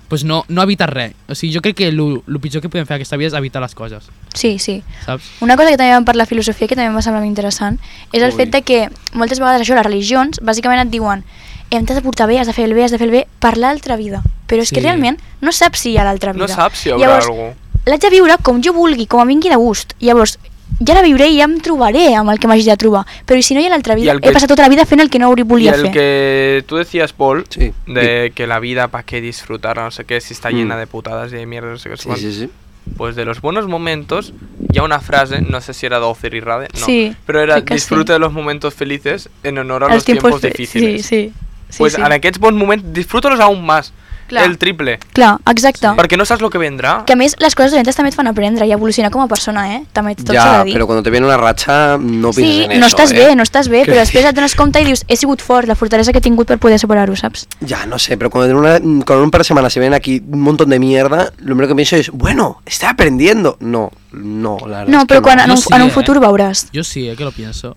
S1: pues no, no evitar res. O sigui, jo crec que lo, lo pitjor que podem fer aquesta vida és evitar les coses,
S4: Sí, sí.
S1: saps?
S4: Una cosa que també vam parlar de filosofia, que també em va semblar interessant, és el
S5: Ui.
S4: fet de que moltes vegades això, les religions, bàsicament et diuen hem de portar bé, has de fer el bé, has de fer el bé per l'altra vida. Però és
S1: Sí.
S4: que realment no saps si hi ha l'altra
S2: No
S4: vida.
S2: saps si hi haurà
S4: Llavors,
S2: algú.
S4: l'haig de viure com jo vulgui, com em vingui de gust. Llavors, ja la viuré i ja em trobaré amb el que m'hagi de trobar. Però i si no hi ha l'altra vida?
S2: el
S4: He
S2: que-
S4: passat tota la vida fent el que no
S2: Y
S4: hauria- volia
S2: el
S4: fer.
S2: que tú decías, Paul,
S5: Sí.
S2: de que la vida, ¿para qué disfrutar? No sé qué, si está
S5: Mm.
S2: llena de putadas y de mierda, no sé qué.
S5: Sí, sí, sí.
S2: Pues de los buenos momentos, ya una frase, no sé si era Docer y Rade, no.
S4: Sí,
S2: pero era
S4: crec que sí.
S2: disfruta de los momentos felices en honor a
S4: Els
S2: los tiempos,
S4: fe-
S2: difíciles.
S4: Sí, sí. sí,
S2: pues
S4: sí.
S2: en aquests bons moments, disfruta-los aún más,
S4: Clar.
S2: el triple,
S4: Clar, exacte.
S2: porque no sabes lo que vendrá.
S4: Que a més, les coses dolentes també et fan aprendre i evolucionar com a persona, eh? També tot s'ha
S5: Ya,
S4: de dir.
S5: pero cuando te viene una racha, no piensas
S4: sí,
S5: en eso.
S4: no estàs
S5: eh.
S4: bé, no estàs bé,
S5: Quiero
S4: però
S5: decir-
S4: després et dones compte i dius, he sigut fort, la fortalesa que he tingut per poder superar-ho, saps?
S5: Ya, no sé, pero cuando en, una- cuando en un par de semanas se ven aquí un montón de mierda, lo primero que pienso es, bueno, está aprendiendo. No, no, la verdad.
S4: No,
S5: es que
S4: però quan en
S1: No,
S4: un,
S1: sí,
S4: en un
S1: eh?
S4: futur veuràs.
S1: Yo sí, eh, que lo pienso.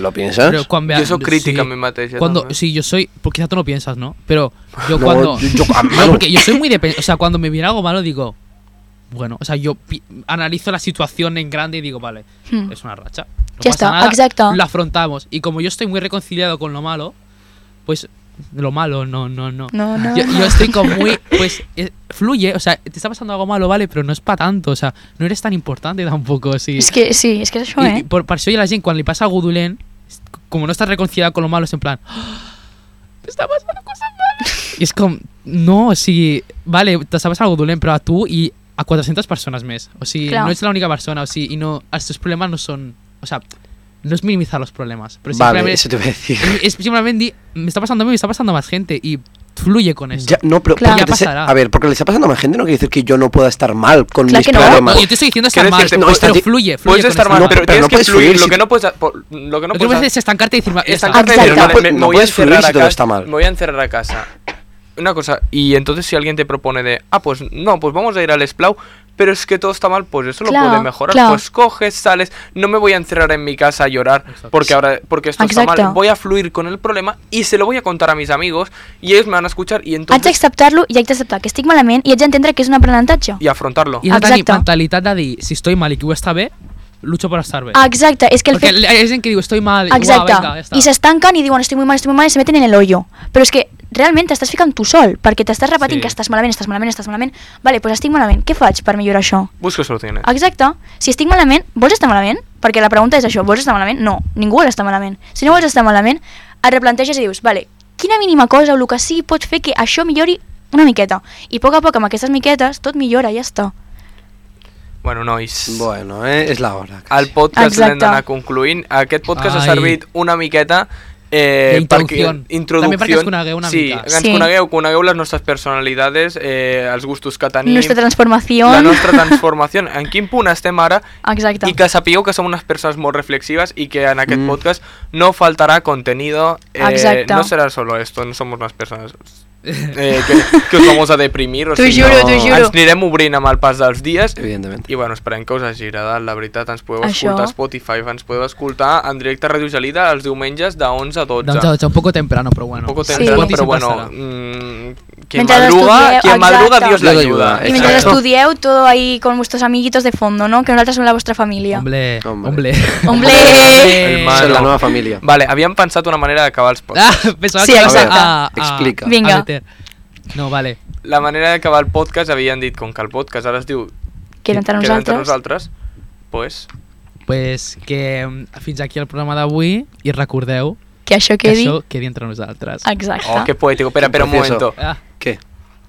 S5: ¿Lo piensas?
S1: Pero cuando vea-
S2: Yo soy crítica a mí misma,
S1: Cuando,
S2: también.
S1: sí, yo soy. Porque quizás tú no piensas, ¿no? Pero yo
S5: No,
S1: cuando.
S5: yo- yo- ah,
S1: no,
S5: mano.
S1: porque yo soy muy de. O sea, cuando me viene algo malo, digo. Bueno, o sea, yo pi- analizo la situación en grande y digo, vale,
S4: Mm.
S1: es una racha. No pasa
S4: Ya está,
S1: nada,
S4: exacto.
S1: Lo afrontamos. Y como yo estoy muy reconciliado con lo malo, pues lo malo, no, no, no.
S4: No, no,
S1: Yo,
S4: no.
S1: yo estoy como muy. Pues eh, fluye, o sea, te está pasando algo malo, vale, pero no es para tanto, o sea, no eres tan importante tampoco. Sí.
S4: És que sí, és que és això,
S1: I, i
S4: eh?
S1: per, per això hi ha la gent, quan li passa a Gudulén, com no està reconciliada amb lo malo, és en plan... "Ah, T'està passant coses malas. I és com, no, o sigui, vale, t'està passant algo dolent, però a tu i a 400 persones més. O sigui,
S4: Clar.
S1: no ets l'única persona, o sigui, i no, els teus problemes no són... O sea, no es minimizar los problemas, pero
S5: Vale,
S1: simplemente,
S5: eso te voy a decir.
S1: es, simplemente di, me está pasando a mí, me está pasando a más gente, y fluye con eso.
S5: Ya, no, pero
S4: Claro.
S5: porque
S1: Ya
S5: te se-
S1: pasará.
S5: a ver, porque le está pasando a más gente no quiere decir que yo no pueda estar mal con
S4: Claro
S5: mis
S4: que no.
S5: problemas.
S1: No, yo te estoy diciendo estar
S2: Quiero
S1: mal,
S2: decirte,
S1: no,
S5: puedes-
S1: pero
S5: te-
S1: fluye, fluye
S2: Puedes
S1: con
S2: estar
S1: eso.
S2: mal,
S5: No,
S2: pero,
S5: pero
S2: tienes
S5: no
S2: que
S5: puedes
S2: fluir.
S5: fluir
S2: Lo
S5: si-
S2: que no puedes, ha- por- lo que no
S1: Lo que
S2: puedes
S1: puedes es estancarte y decir, "Va,
S2: Esta
S1: está-
S4: Exacto.
S2: carne,
S4: Pero no
S2: me- me,
S5: pu- no
S2: voy a
S5: puedes fluir
S2: encerrar
S5: si
S2: a
S5: todo
S2: casa,
S5: está mal.
S2: Me voy a encerrar a casa. Una cosa, y entonces si alguien te propone de, ah, pues no, pues vamos a ir al Splau, pero es que todo está mal, pues eso
S4: Claro,
S2: lo puede mejorar.
S4: claro.
S2: Pues coges, sales, no me voy a encerrar en mi casa a llorar porque ahora porque esto está
S4: Exacto.
S2: mal. Voy a fluir con el problema y se lo voy a contar a mis amigos y ellos me van a escuchar y
S4: Haig
S2: entonces
S4: d'acceptar-lo i haig d'acceptar que estic malament i haig d'entendre que és un aprenentatge.
S2: y afrontarlo.
S1: I és la
S4: Exacte.
S1: mentalitat de dir, si estoy mal i que ho està bé, lucho per estar bé.
S4: Exacte, és que el
S1: Perquè
S4: fet...
S1: hi ha gent que diu, estoy mal, i,
S4: Exacte,
S1: "Uah, venga, ja està.
S4: i s'estanquen i diuen estic molt mal, estic molt mal i se meten en el hoyo. Però és que realment t'estàs ficant tu sol, perquè t'estàs repetint
S1: Sí.
S4: que estàs malament, estàs malament, estàs malament. Vale, doncs estic malament, què faig per millorar això?
S2: Busco soluciones.
S4: Exacte. Si estic malament, vols estar malament? Perquè la pregunta és això, vols estar malament? No, ningú vol estar malament. Si no vols estar malament, et replanteges i dius, vale, quina mínima cosa o el que sí pots fer que això millori una miqueta. I a poc a poc, amb aquestes miquetes, tot millora, ja està.
S2: Bueno, nois.
S5: Bueno, eh, es la hora.
S2: al
S5: casi.
S2: podcast
S4: Exacte.
S2: l'hem d'anar concluint. Aquest podcast ha
S1: Ai.
S2: servit una miqueta eh,
S1: D'introducció.
S2: perquè- introducció.
S1: També perquè ens conegueu una
S2: sí,
S1: mica.
S2: Sí, ens
S4: Sí.
S2: conegueu, conegueu les nostres personalitats, eh, els gustos que tenim,
S4: Nostra transformació...
S2: la nostra transformació, en quin punt estem ara,
S4: Exacte.
S2: i que sapigueu que som unes persones molt reflexives i que en aquest
S5: Mm.
S2: podcast no faltarà contenido. Eh,
S4: Exacte.
S2: No serà solo esto, no som unes persones eh, que, que us vamos a deprimir. O
S4: T'ho
S2: sigui,
S4: juro,
S5: no,
S4: t'ho juro.
S2: ens anirem obrint amb el pas dels dies
S5: Evidentemente.
S2: i bueno, esperem que us hagi agradat, la veritat, ens podeu
S4: Això.
S2: escoltar a Spotify, ens podeu escoltar en directe a Radio Gelida els diumenges de 11 a 12.
S1: Doncs, doncs, un poco temprano, però bueno.
S2: Un poco
S4: Sí.
S2: temprano,
S1: Spotify
S2: pero
S1: pasará.
S2: bueno, mm, quien
S4: Mientras
S2: madruga,
S4: estudieu,
S2: quien
S4: exacto.
S2: madruga Dios le
S5: Dios le
S2: ayuda.
S5: ayuda,
S4: Y mientras
S5: Exacto.
S4: estudieu, todo ahí con vuestros amiguitos de fondo, ¿no? Que nosaltres som la vostra família.
S1: Hombre,
S5: Hombre.
S1: hombre.
S4: Hombre.
S1: Eh,
S2: Mano.
S5: Esa es la nueva familia.
S2: Vale, habían pensado una manera de acabar el podcast.
S1: Ah, pensava
S4: Sí,
S1: que
S4: exacte.
S1: anaves A, a,
S5: Explica.
S1: a
S4: Vinga.
S1: meter. No, vale.
S2: La manera d'acabar el podcast havien dit, com que el podcast ara es diu
S4: Que era entre
S2: Queda entre
S4: nosaltres.
S2: nosaltres, pues,
S1: Pues que mm, fins aquí el programa d'avui i recordeu
S4: Que això
S1: que
S4: quedi...
S1: això quedi entre nosaltres.
S4: Exacte.
S2: oh, que poètic. Espera, espera un
S5: Precioso.
S2: momento.
S1: Ah,
S5: ¿Qué?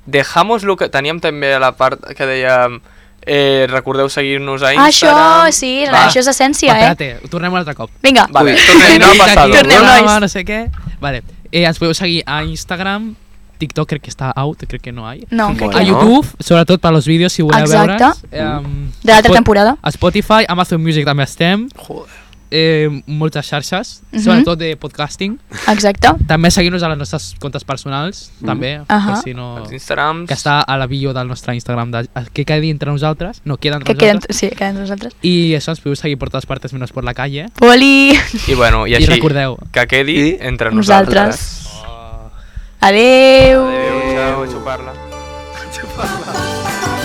S2: Dejamos lo que... Teníem també la part que dèiem... Eh, recordeu seguir-nos a
S4: Ah, això,
S2: Instagram.
S4: sí,
S2: Va.
S4: això és essència,
S1: va,
S4: eh?
S1: espérate, tornem un altre cop.
S4: Vinga,
S2: Vale,
S5: Ui.
S2: tornem, no ha passat.
S1: Aquí,
S4: Tornem,
S1: programa,
S4: nois.
S1: no sé què. Vale, eh, ens podeu seguir a Instagram, TikTok crec que està out, crec que no hi ha.
S4: no, crec
S5: Bueno.
S1: A
S4: que no.
S1: YouTube, sobretot per als vídeos, si voleu
S4: Exacte.
S1: veure'ns. Em,
S4: Mm. De l'altra
S1: Spot-
S4: temporada.
S1: A Spotify, Amazon Music també estem,
S5: Joder.
S1: eh, moltes xarxes,
S4: Mhm.
S1: sobretot de podcasting.
S4: Exacte.
S1: També seguir-nos a les nostres comptes personals, també,
S4: Ajà.
S1: per si no...
S2: Els Instagrams.
S1: Que està a la bio del nostre Instagram, de, que quedi entre nosaltres, no, queda entre
S4: Que queden,
S1: nosaltres.
S4: sí, queden nosaltres.
S1: I això, ens podeu seguir per totes partes menys per la calle.
S4: Poli!
S2: I bueno, i
S1: I
S2: així,
S1: recordeu.
S2: que quedi
S5: I
S2: entre
S4: Nosaltres.
S2: nosaltres.
S4: Adeu!
S2: Adéu, xau, a xupar-la.
S3: Thank